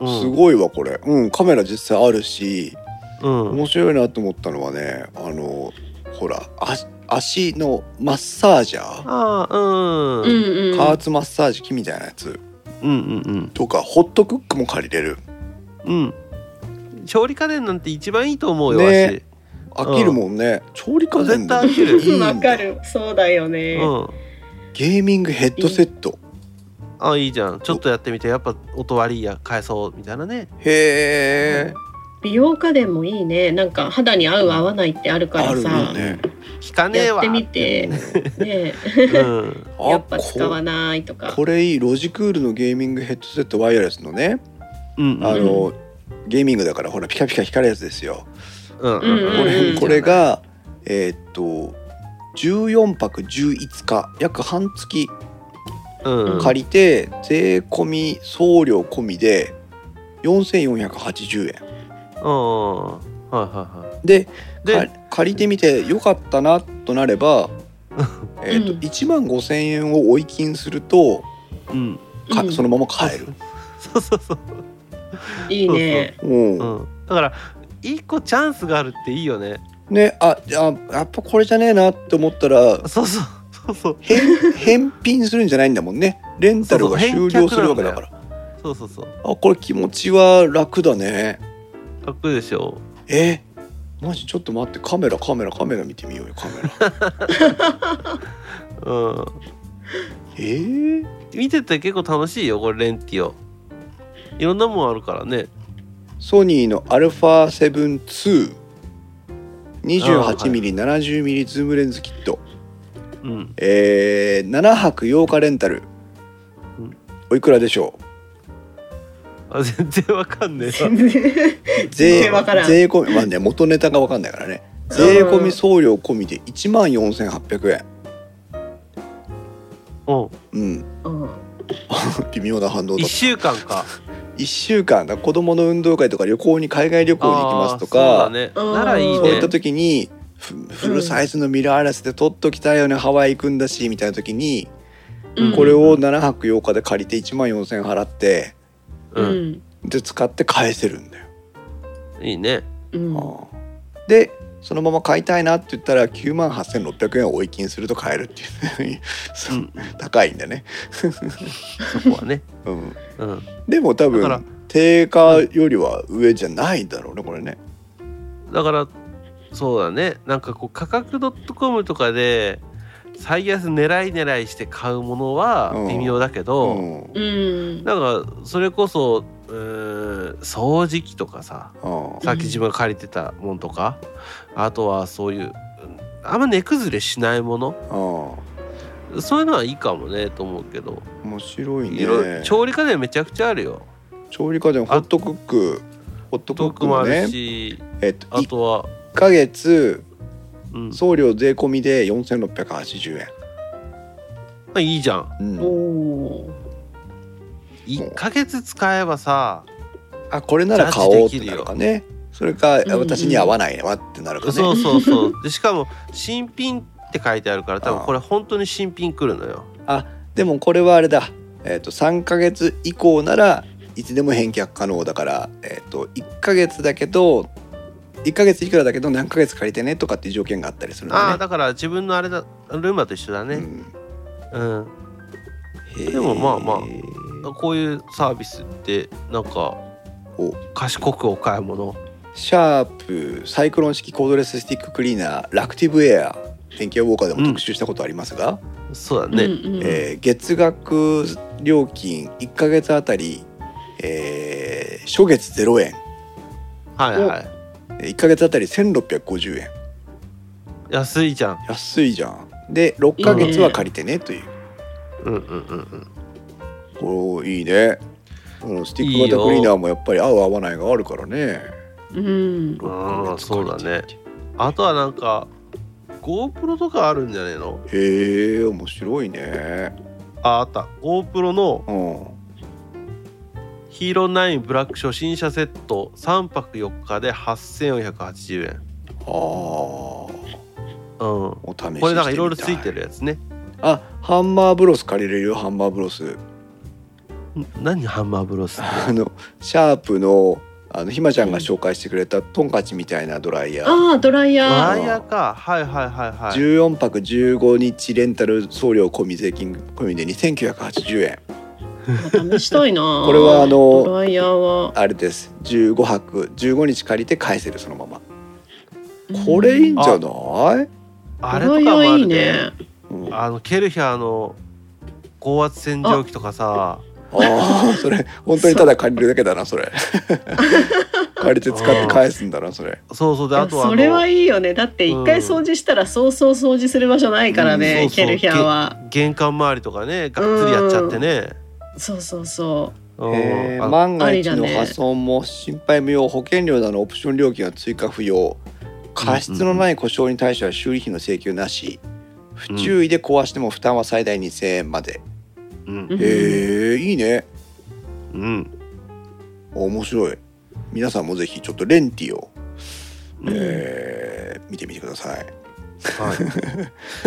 Speaker 2: うん
Speaker 1: すごいわこれうんカメラ実際あるし
Speaker 2: うん
Speaker 1: 面白いなと思ったのはねあのほらあ足のマッサージャー
Speaker 2: ああうん
Speaker 3: うんうん
Speaker 1: 加圧マッサージ機みたいなやつ
Speaker 2: うんうん
Speaker 1: とかホットクックも借りれる
Speaker 2: うんうん調理家電なんて一番いいと思うよ、
Speaker 1: ね
Speaker 2: わし
Speaker 1: 飽きるもんね、調理家電でも
Speaker 2: 絶対飽き
Speaker 1: いいんだ
Speaker 3: わかるそうだよね
Speaker 2: うん
Speaker 1: ゲーミングヘッドセット
Speaker 2: あいいじゃんちょっとやってみてやっぱ音悪いや返そうみたいなね
Speaker 1: へえ、
Speaker 3: 美容家電もいいねなんか肌に合う合わないってあるか
Speaker 1: あ
Speaker 3: ら
Speaker 1: るよ
Speaker 3: さ、
Speaker 1: ね
Speaker 2: 聞かねえ
Speaker 3: やっ
Speaker 2: わ
Speaker 3: てみてね
Speaker 2: うん、
Speaker 1: あ
Speaker 3: やっぱ使わ
Speaker 1: こ
Speaker 3: ないとか
Speaker 1: これいいロジクールのゲーミングヘッドセットワイヤレスのね
Speaker 2: うんうん、
Speaker 1: あの、ゲーミングだからほらピカピカ光るやつですよ、
Speaker 2: うんう
Speaker 3: うん
Speaker 1: こ
Speaker 2: ん
Speaker 1: れ
Speaker 2: うん、
Speaker 1: これがえーっと14泊11日約半月
Speaker 2: うん、うん、
Speaker 1: 借りて、税込み送料込みで4480円
Speaker 2: はいはいは
Speaker 1: で
Speaker 2: いで、
Speaker 1: か借りてみてよかったなとなればえーと
Speaker 3: うん
Speaker 1: 1万5,000円を追い金すると
Speaker 2: うん、
Speaker 1: か
Speaker 3: うん
Speaker 1: そのまま買える。
Speaker 2: そうそうそう、
Speaker 3: いいね
Speaker 1: う
Speaker 2: うんん、だから一個チャンスがあるっていいよね
Speaker 1: ねああやっぱこれじゃねえなって思った ら
Speaker 2: そうそうそうそう
Speaker 1: 返返品するんじゃないんだもんねレンタルが
Speaker 2: そうそ
Speaker 1: 終
Speaker 2: う
Speaker 1: 了するわけだから
Speaker 2: そうそうそう
Speaker 1: あこれ気持ちは楽だね
Speaker 2: かっこいいでしょ
Speaker 1: えマジちょっと待ってカメラカメラカメラ見てみようよカメラ
Speaker 2: うん
Speaker 1: えー、
Speaker 2: 見てて結構楽しいよこれレンティオいろんなもんあるからね
Speaker 1: ソニーの α7 28mm70mm ズームレンズキット、
Speaker 2: うん
Speaker 1: えー、7泊8日レンタル
Speaker 2: うん
Speaker 1: おいくらでしょう
Speaker 2: あ全然わかんねえわ
Speaker 3: 全然全
Speaker 1: 税
Speaker 3: 然わからん
Speaker 1: 税込みまあ ね元ネタが分かんないからね税込み送料込みで1万4800円
Speaker 2: うん
Speaker 1: うん
Speaker 3: うん
Speaker 1: 微妙な反応だ
Speaker 2: 一
Speaker 1: った
Speaker 2: 週間か
Speaker 1: 1週間だ子供の運動会とか旅行に海外旅行に行きますとか
Speaker 2: あーそうだね
Speaker 3: うん
Speaker 2: ならいい
Speaker 1: そういっ
Speaker 2: ね
Speaker 1: た時にフフルサイズのミラーレスで撮っときたいよねハワイ行くんだしみたいな時に
Speaker 3: うん
Speaker 1: これを7泊8日で借りて1万4,000円払って
Speaker 3: う
Speaker 2: うん
Speaker 3: ん
Speaker 1: で使って返せるんだよ。
Speaker 2: いいね
Speaker 3: うん
Speaker 1: あーでそのまま買いたいなって言ったら9万8600円を追い金すると買えるっていう そう
Speaker 2: うん
Speaker 1: 高いんだね、
Speaker 2: そこはね。
Speaker 1: うん、
Speaker 2: うん。
Speaker 1: でも多
Speaker 2: だから
Speaker 1: 分定価よりは上じゃないんだろうねこれね
Speaker 2: だからそうだねなんかこう価格 .com とかで最安狙い狙いして買うものは
Speaker 1: うん
Speaker 2: 微妙だけ
Speaker 1: う
Speaker 2: ど、
Speaker 1: んうん
Speaker 3: うん
Speaker 2: なんかそれこそうーん掃除機とかささっき自分が借りてたもんとか、あとはそういううんあんま値崩れしないもの
Speaker 1: あ
Speaker 2: そういうのはいいかもねと思うけど、
Speaker 1: ー面白い
Speaker 2: いろいろ
Speaker 1: ね
Speaker 2: 調理家電めちゃくちゃあるよ。
Speaker 1: 調理家電ホットクックホットク
Speaker 2: ト
Speaker 1: ッ
Speaker 2: ー
Speaker 1: ク
Speaker 2: クも
Speaker 1: も
Speaker 2: ある
Speaker 1: ね
Speaker 2: し、
Speaker 1: えっと
Speaker 2: あ
Speaker 1: 1
Speaker 2: とは、
Speaker 1: ヶ月
Speaker 2: うんま
Speaker 1: 送料税込みで4680円、
Speaker 2: あ、いいじゃん
Speaker 1: うん
Speaker 3: おお
Speaker 2: 1ヶ月使えばさ
Speaker 1: あこれなら買おうってなるかねそれか
Speaker 3: んうん
Speaker 1: 私に合わないわってなるかね、
Speaker 2: そうそうそうでしかも新品って書いてあるから多分これ本当に新品来るのよ
Speaker 1: でもこれはあれだ、えっと3ヶ月以降ならいつでも返却可能だから、えっと1ヶ月だけど1ヶ月いくらだけど何ヶ月借りてねとかっていう条件があったりするん
Speaker 2: ああ
Speaker 1: だ
Speaker 2: ー
Speaker 1: ね。
Speaker 2: だから自分のあれだルンバと一緒だねう
Speaker 1: う
Speaker 2: ん、
Speaker 1: ん
Speaker 2: でもまあまあ
Speaker 1: へー
Speaker 2: こういうサービスってなんか
Speaker 1: お
Speaker 2: 賢くお買い物
Speaker 1: シャープサイクロン式コードレススティッククリーナーラクティブエア電気予防課でも特集したことありますが、
Speaker 2: そうだ
Speaker 3: うんう
Speaker 2: ね、
Speaker 3: ん
Speaker 1: えー月額料金1ヶ月あたり、えー初月0円
Speaker 2: はいはい
Speaker 1: 1ヶ月あたり1650円
Speaker 2: 安いじゃん
Speaker 1: 安いじゃんで6ヶ月は借りてねという
Speaker 2: うんうんうんうん
Speaker 1: おおーいいねこのスティック型クリーナーもやっぱり合う合わないがあるからね
Speaker 3: うん
Speaker 2: あーそうだ
Speaker 1: 六ヶ月
Speaker 2: ね
Speaker 1: 借りて
Speaker 2: あとはなんか GoPro とかあるんじゃねえの
Speaker 1: てへえ面白いね
Speaker 2: ああった GoPro の
Speaker 1: うん
Speaker 2: ヒーロー9ブラック初心者セット3泊4日で8480円
Speaker 1: ああお
Speaker 2: うん
Speaker 1: 試ししてみたい
Speaker 2: これなんかいろいろついてるやつね。
Speaker 1: あハンマーブロス借りれるよハンマーブロス
Speaker 2: ん何ハンマーブロスって
Speaker 1: あのシャープのあのひまちゃんが紹介してくれたトンカチみたいなドライヤー、
Speaker 3: ああドライ
Speaker 2: ド
Speaker 3: ヤ
Speaker 2: ラ
Speaker 3: ー
Speaker 2: イヤーか。はいはいはいはい。
Speaker 1: 14泊15日レンタル送料込み税金込みで2980円
Speaker 3: 試したい な
Speaker 1: これはあの
Speaker 3: ドライヤーは
Speaker 1: あれです15泊15日借りて返せるそのままこれいいんじゃない、
Speaker 2: あれとかもあるね。
Speaker 1: うんあ
Speaker 2: あのケルヒャーの高圧洗浄機とかさ、
Speaker 1: あそれ本当にただ借りるだけだなそ れ借りて使って返すんだなそれ
Speaker 2: そうそうであとはあの
Speaker 3: それはいいよねだって
Speaker 2: うん
Speaker 3: 一回掃除したらそうそう掃除する場所ないからね、
Speaker 2: うんそうそう
Speaker 3: ケルヒャーは
Speaker 2: 玄関周りとかねがっつりやっちゃってね。
Speaker 3: そうそうそう
Speaker 2: うん
Speaker 1: えー
Speaker 2: あの
Speaker 1: 万が一
Speaker 3: あり
Speaker 1: の
Speaker 3: だね
Speaker 1: 破損も心配無用保険料などのオプション料金は追加不要過失のない故障に対しては修理費の請求なし不注意で壊しても負担は最大2000円まで、
Speaker 2: うん
Speaker 3: うん
Speaker 1: へえいいね
Speaker 2: うん
Speaker 1: 面白い皆さんもぜひちょっとレンティを、
Speaker 2: うん
Speaker 1: えー見てみてください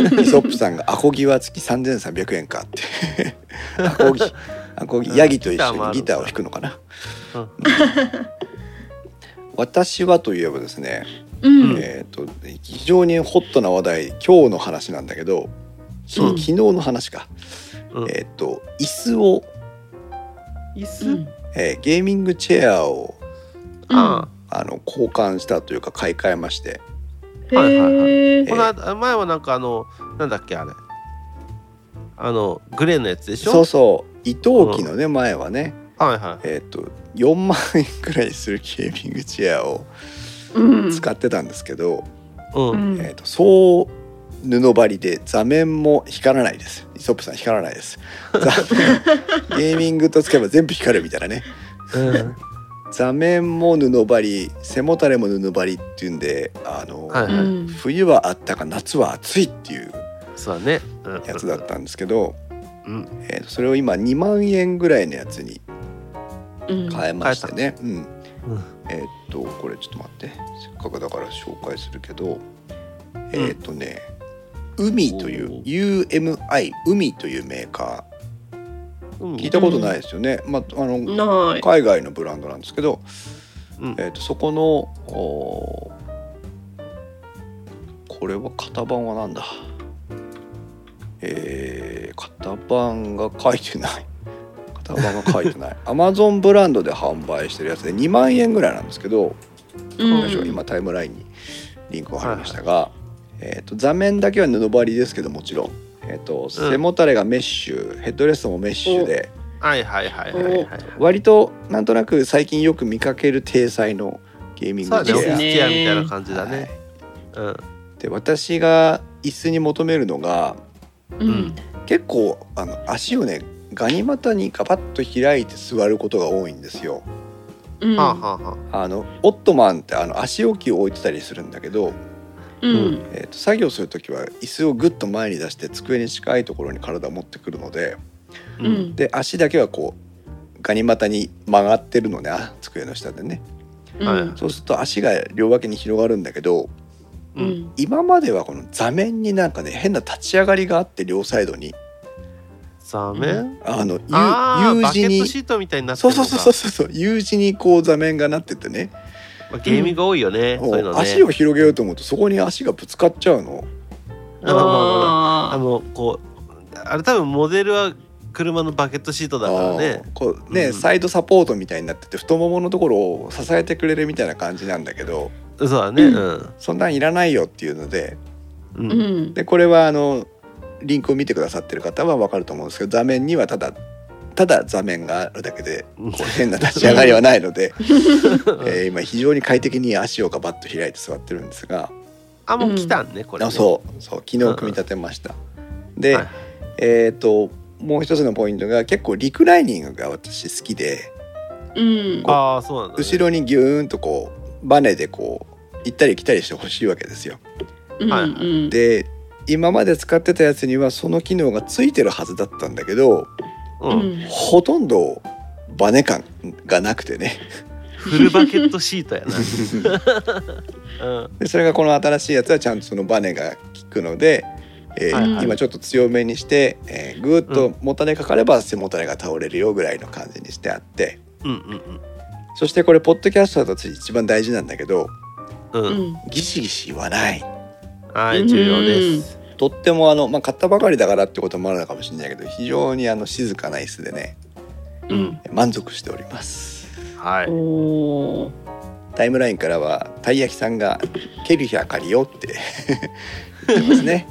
Speaker 2: はい
Speaker 1: イソップさんがアコギは月3300円かって。アコギ、アコギ、ヤギと一緒にギターを弾くのかな。
Speaker 2: うん
Speaker 1: うん私はといえばですね、
Speaker 3: うん、
Speaker 1: えっ、と、非常にホットな話題、今日の話なんだけど、き
Speaker 2: うん
Speaker 1: 昨日の話か。
Speaker 2: うん
Speaker 1: えっ、と、椅子を、
Speaker 2: 椅
Speaker 3: う
Speaker 2: 子
Speaker 3: ん
Speaker 1: えーゲーミングチェアを、
Speaker 2: あ
Speaker 1: あの、交換したというか、買い替えまして。
Speaker 2: はいはいはい
Speaker 3: へ
Speaker 2: ー
Speaker 3: え
Speaker 2: この間前はなんかあのなんだっけあれあのグレーのやつでしょ。
Speaker 1: そうそう、伊藤機のね、前はね、
Speaker 2: はいは
Speaker 1: えっ、と、4万円くらいするゲーミングチェアを、
Speaker 3: うん
Speaker 1: 使ってたんですけど、
Speaker 2: い。うん。
Speaker 3: うん
Speaker 1: えー、と総布張りで座面も光らないですイソップさん光らないです 座ゲーミングとつけば全部光るみたいなね
Speaker 2: うん
Speaker 1: 座面も布張り背もたれも布張りっていうんであの、
Speaker 2: はいはい
Speaker 3: うん
Speaker 1: 冬はあったか夏は暑いっていう
Speaker 2: そうだね。うん
Speaker 1: やつだっ。たんですけど、
Speaker 2: うん。
Speaker 1: えー、とそれを今2万円ぐらいのやつに
Speaker 3: うん
Speaker 1: 変えましてね、うん
Speaker 2: うん
Speaker 1: えーっとこれちょっと待ってせっかくだから紹介するけど、えーっとね海という
Speaker 2: お
Speaker 1: UMI 海というメーカ
Speaker 2: うん
Speaker 1: ー聞いたことないですよね、まああの
Speaker 3: ない
Speaker 1: 海外のブランドなんですけど、
Speaker 2: ううん
Speaker 1: えー、とそこのおーこれは型番はなんだえー、型番が書いてない型番が書いてない Amazon ブランドで販売してるやつで2万円ぐらいなんですけど、
Speaker 3: うん
Speaker 1: 私は今タイムラインにリンクを貼りましたが、えー、と座面だけは布張りですけどもちろん、えーと背もたれがメッシュヘッドレストもメッシュで
Speaker 2: はいはいはいはいはい。
Speaker 1: 割となんとなく最近よく見かける体裁のゲーミン
Speaker 2: そ
Speaker 1: グ
Speaker 2: う
Speaker 1: チ
Speaker 2: だね、オ
Speaker 1: ェ
Speaker 2: フィ
Speaker 3: で
Speaker 1: ア
Speaker 2: ス
Speaker 3: す
Speaker 2: チ
Speaker 3: ね
Speaker 2: ェアみたいな感じだ
Speaker 1: はい
Speaker 2: ね。うん。
Speaker 1: で私が椅子に求めるのが
Speaker 3: うん
Speaker 1: 結構あの足をねガニ股にガバッと開いて座ることが多いんですよ。
Speaker 3: うん
Speaker 2: はあはあはあ。
Speaker 1: あのオットマンってあの足置きを置いてたりするんだけど、
Speaker 3: うん
Speaker 1: えー、と作業する時は椅子をグッと前に出して机に近いところに体を持ってくるので
Speaker 3: う。ん
Speaker 1: で足だけはこうガニ股に曲がってるのねあ机の下でね。
Speaker 3: う
Speaker 2: はい
Speaker 3: ん
Speaker 1: そうすると足が両脇に広がるんだけど
Speaker 2: う。
Speaker 3: うんん
Speaker 1: 今まではこの座面になんかね変な立ち上がりがあって両サイドに
Speaker 2: ザメン
Speaker 1: あの U,
Speaker 2: ああ、
Speaker 1: U
Speaker 2: バ
Speaker 1: 字
Speaker 2: ケッ
Speaker 1: に
Speaker 2: トシートみたいになって
Speaker 1: そう
Speaker 2: るの
Speaker 1: そう
Speaker 2: か。
Speaker 1: そうそうそう U 字にこう座面がなっててね
Speaker 2: まあゲームが多いよね。そういうのね。
Speaker 1: 足を広げようと思うとそこに足がぶつかっちゃうの
Speaker 2: まあまあまあまああ
Speaker 3: あ
Speaker 2: のこうあれ多分モデルは車のバケットシートだからね
Speaker 1: あーこうね、
Speaker 2: うん
Speaker 1: サイドサポートみたいになってて太もものところを支えてくれるみたいな感じなんだけど
Speaker 2: そうだね
Speaker 3: う
Speaker 2: うん
Speaker 1: そんなんいらないよっていうので
Speaker 2: う
Speaker 3: ーうんん
Speaker 1: でこれはあのリンクを見てくださってる方はわかると思うんですけど座面にはただただ座面があるだけでこう 変な立ち上がりはないので、えー今非常に快適に足をガバッと開いて座ってるんですが、
Speaker 2: あもう来たんねこれね
Speaker 1: あそうそう昨日組み立てました。で、
Speaker 2: はい
Speaker 1: えっ、ともう一つのポイントが結構リクライニングが私好きで
Speaker 3: うん
Speaker 2: ああそうなんだね
Speaker 1: 後ろにギューンとこうバネでこう行ったり来たりしてほしいわけですよ。
Speaker 3: うん
Speaker 2: はい
Speaker 3: うん
Speaker 1: で今まで使ってたやつにはその機能がついてるはずだったんだけど
Speaker 2: う
Speaker 3: うんん
Speaker 1: ほとんどバネ感がなくてね
Speaker 2: フルバケットシートや なうん
Speaker 1: でそれがこの新しいやつはちゃんとそのバネが効くので、えー
Speaker 2: はいはい
Speaker 1: 今ちょっと強めにして、えー、ぐーっともたれかかれば背もたれが倒れるよぐらいの感じにしてあって
Speaker 2: うん
Speaker 1: そしてこれポッドキャストだと一番大事なんだけど
Speaker 2: うんう
Speaker 3: うんん
Speaker 1: ギシギシ言わない
Speaker 2: うんはい重要です
Speaker 1: とってもあの、まあ、買ったばかりだからってこともあるのかもしれないけど非常にあの静かな椅子でね
Speaker 3: うん
Speaker 1: 満足しております。
Speaker 2: はい
Speaker 3: おー
Speaker 1: タイムラインからはたい焼きさんが「ケルヒャ借りよ」って言ってます ね。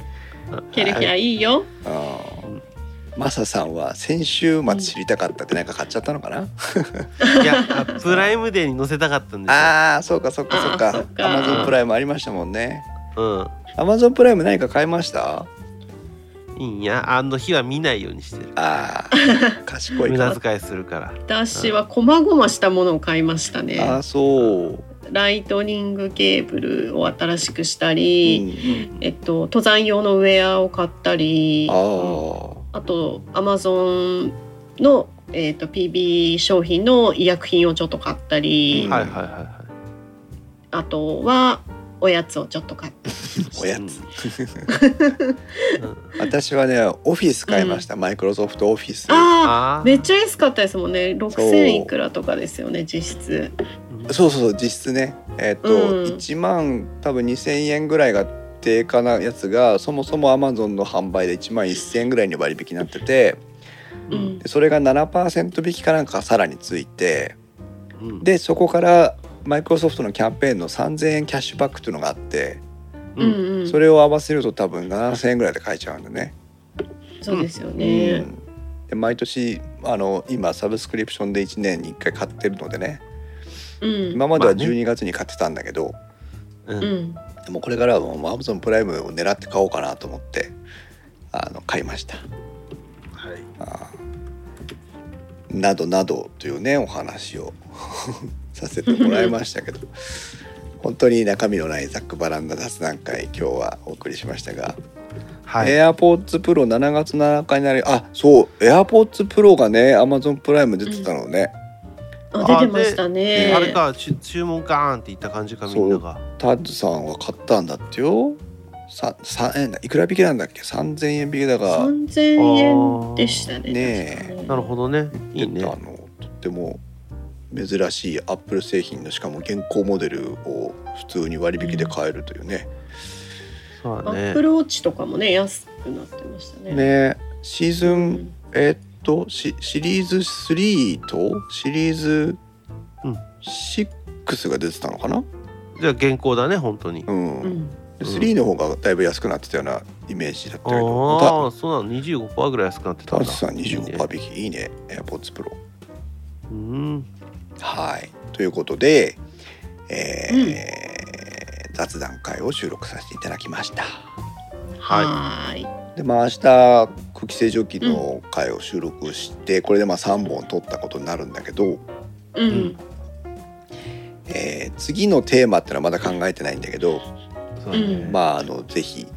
Speaker 3: ケルヒャいいよ
Speaker 1: うんマサさんは先週末知りたかったってなんか買っちゃったのかな、
Speaker 2: いやプライムデーに載せたかったんです
Speaker 1: ああそうかそうかそう
Speaker 3: あーそ
Speaker 1: か
Speaker 3: っか
Speaker 1: アマゾンプライムありましたもんね
Speaker 2: よ
Speaker 1: アマゾンプライム何か買いました
Speaker 2: うんいいんやあの日は見ないようにしてる
Speaker 1: あ ー賢い
Speaker 2: 無
Speaker 1: か
Speaker 2: 駄遣いするから
Speaker 3: 私は細々したものを買いました
Speaker 1: ああ
Speaker 3: ね
Speaker 1: ーそう、
Speaker 3: ライトニングケーブルを新しくした
Speaker 1: う
Speaker 3: り
Speaker 1: ん、
Speaker 3: えっと登山用のウェアを買ったり
Speaker 1: あー
Speaker 3: あとアマゾンの、えー、と PB 商品の医薬品をちょっと買ったり、
Speaker 1: うん
Speaker 2: はいはいはいは
Speaker 3: あとはおやつをちょっと買ったり
Speaker 2: い
Speaker 1: おやつ
Speaker 2: うんうん
Speaker 1: 私はねオフィス買いました、マイクロソフトオフィス
Speaker 3: あ
Speaker 2: あ
Speaker 3: あ
Speaker 2: ー
Speaker 3: めっちゃ安かったですもんね
Speaker 1: そう
Speaker 3: 6000いくらとかですよね実質
Speaker 1: そうそうそう実質ねえっ、と、
Speaker 3: うん
Speaker 1: 1万多分2,000円ぐらいが定価なやつがそもそもアマゾンの販売で1万1,000円ぐらいに割引になってて
Speaker 3: うん
Speaker 1: でそれが7%引きかなんかさらについて
Speaker 2: うん、
Speaker 1: でそこからマイクロソフトのキャンペーンの3,000円キャッシュバックというのがあって
Speaker 3: うんうん
Speaker 1: それを合わせると多分7,000円ぐらいで買えちゃうんでね。
Speaker 3: そうですよ
Speaker 1: う
Speaker 3: ね、
Speaker 1: んで毎年あの今サブスクリプションで1年に1回買ってるのでね
Speaker 3: うん
Speaker 1: 今までは
Speaker 2: まあね
Speaker 1: 12月に買ってたんだけど、
Speaker 2: う、
Speaker 3: うんん、
Speaker 1: でもこれからはもうアマゾンプライムを狙って買おうかなと思ってあの買いました
Speaker 2: はい
Speaker 1: あーなどなどというねお話を させてもらいましたけど本当に中身のないざっくばらんな雑談会今日はお送りしましたが、
Speaker 2: はい、
Speaker 1: AirPods Pro7 月7日になりあそう AirPods Pro がね Amazon プライム出てたのね、
Speaker 3: あ出てましたね
Speaker 2: あれかちゅ注文ガーンっていった感じかみんなが
Speaker 1: タッズさんは買ったんだってよさ3円だいくら引きなんだっけ3000円引きだが
Speaker 3: 3000円でした
Speaker 1: ね
Speaker 3: ね
Speaker 1: え
Speaker 3: 確かね
Speaker 2: なるほどねいいね
Speaker 1: あのとっても珍しいアップル製品のしかも現行モデルを普通に割引で買えるというね。
Speaker 2: そう
Speaker 3: ア
Speaker 2: だ
Speaker 3: ッ
Speaker 2: ね
Speaker 3: プルウォッチとかもね安くなってましたね。
Speaker 1: ねシーズ
Speaker 3: う
Speaker 1: ン、
Speaker 3: ん
Speaker 1: えっとシシリーズ3とシリーズ
Speaker 2: うん
Speaker 1: 6が出てたのかな、
Speaker 2: じゃあ現行だね本当に
Speaker 1: うん
Speaker 3: うん
Speaker 1: で3の方がだいぶ安くなってたようなイメージだったけど
Speaker 2: ああそうなの25%ぐらい安くなってた
Speaker 1: た
Speaker 2: ん
Speaker 1: タ
Speaker 2: だ
Speaker 1: チさん25%
Speaker 2: いいね
Speaker 1: 引きいいね AirPods Pro
Speaker 2: うん
Speaker 1: はいということで、えー雑談会を収録させていただきました
Speaker 2: はい
Speaker 3: はーい。
Speaker 1: でまあ明日空気清浄機の回を収録して、これでまあ3本撮ったことになるんだけど、
Speaker 3: うん
Speaker 1: えー次のテーマってのはまだ考えてないんだけど、
Speaker 2: そうだね
Speaker 3: うん
Speaker 1: まああのぜひ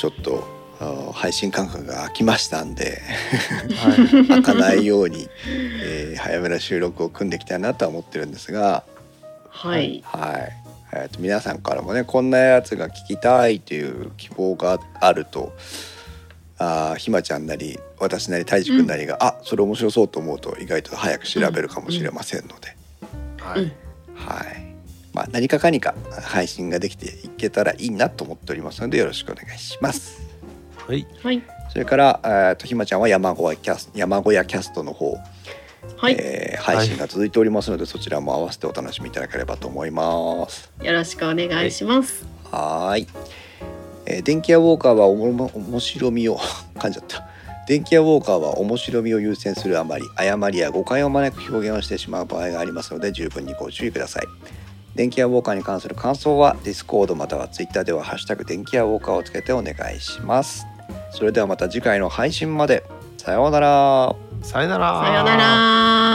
Speaker 1: ちょっとあの配信感覚が空きましたん で
Speaker 2: はい
Speaker 1: 開かないように、えー早めの収録を組んでいきたいなとは思ってるんですが、
Speaker 3: はい。
Speaker 1: はいえーと皆さんからもねこんなやつが聞きたいという希望があるとあーひまちゃんなり私なりたいじくんなりが、あそれ面白そうと思うと意外と早く調べるかもしれませんので、
Speaker 2: は
Speaker 3: う
Speaker 2: い
Speaker 3: ん
Speaker 1: はいまあ、何かかにか配信ができていけたらいいなと思っておりますのでよろしくお願いします。
Speaker 2: はい
Speaker 3: はい
Speaker 1: それから、えー、とひまちゃんは山小屋キャス山小屋キャストの方、
Speaker 3: はい。
Speaker 1: えー配信が続いておりますので、そちらも合わせてお楽しみいただければと思います。
Speaker 3: よろしくお願いします。
Speaker 1: はーい、えー電気屋ウォーカーはおもも面白みを 噛んじゃった。電気屋ウォーカーは面白みを優先するあまり誤りや誤解を招く表現をしてしまう場合がありますので十分にご注意ください。電気屋ウォーカーに関する感想は Discord または Twitter では「ハッシュタグ電気屋ウォーカー」をつけてお願いします。それではまた次回の配信まで。さようなら。
Speaker 2: さよなら
Speaker 3: さよなら。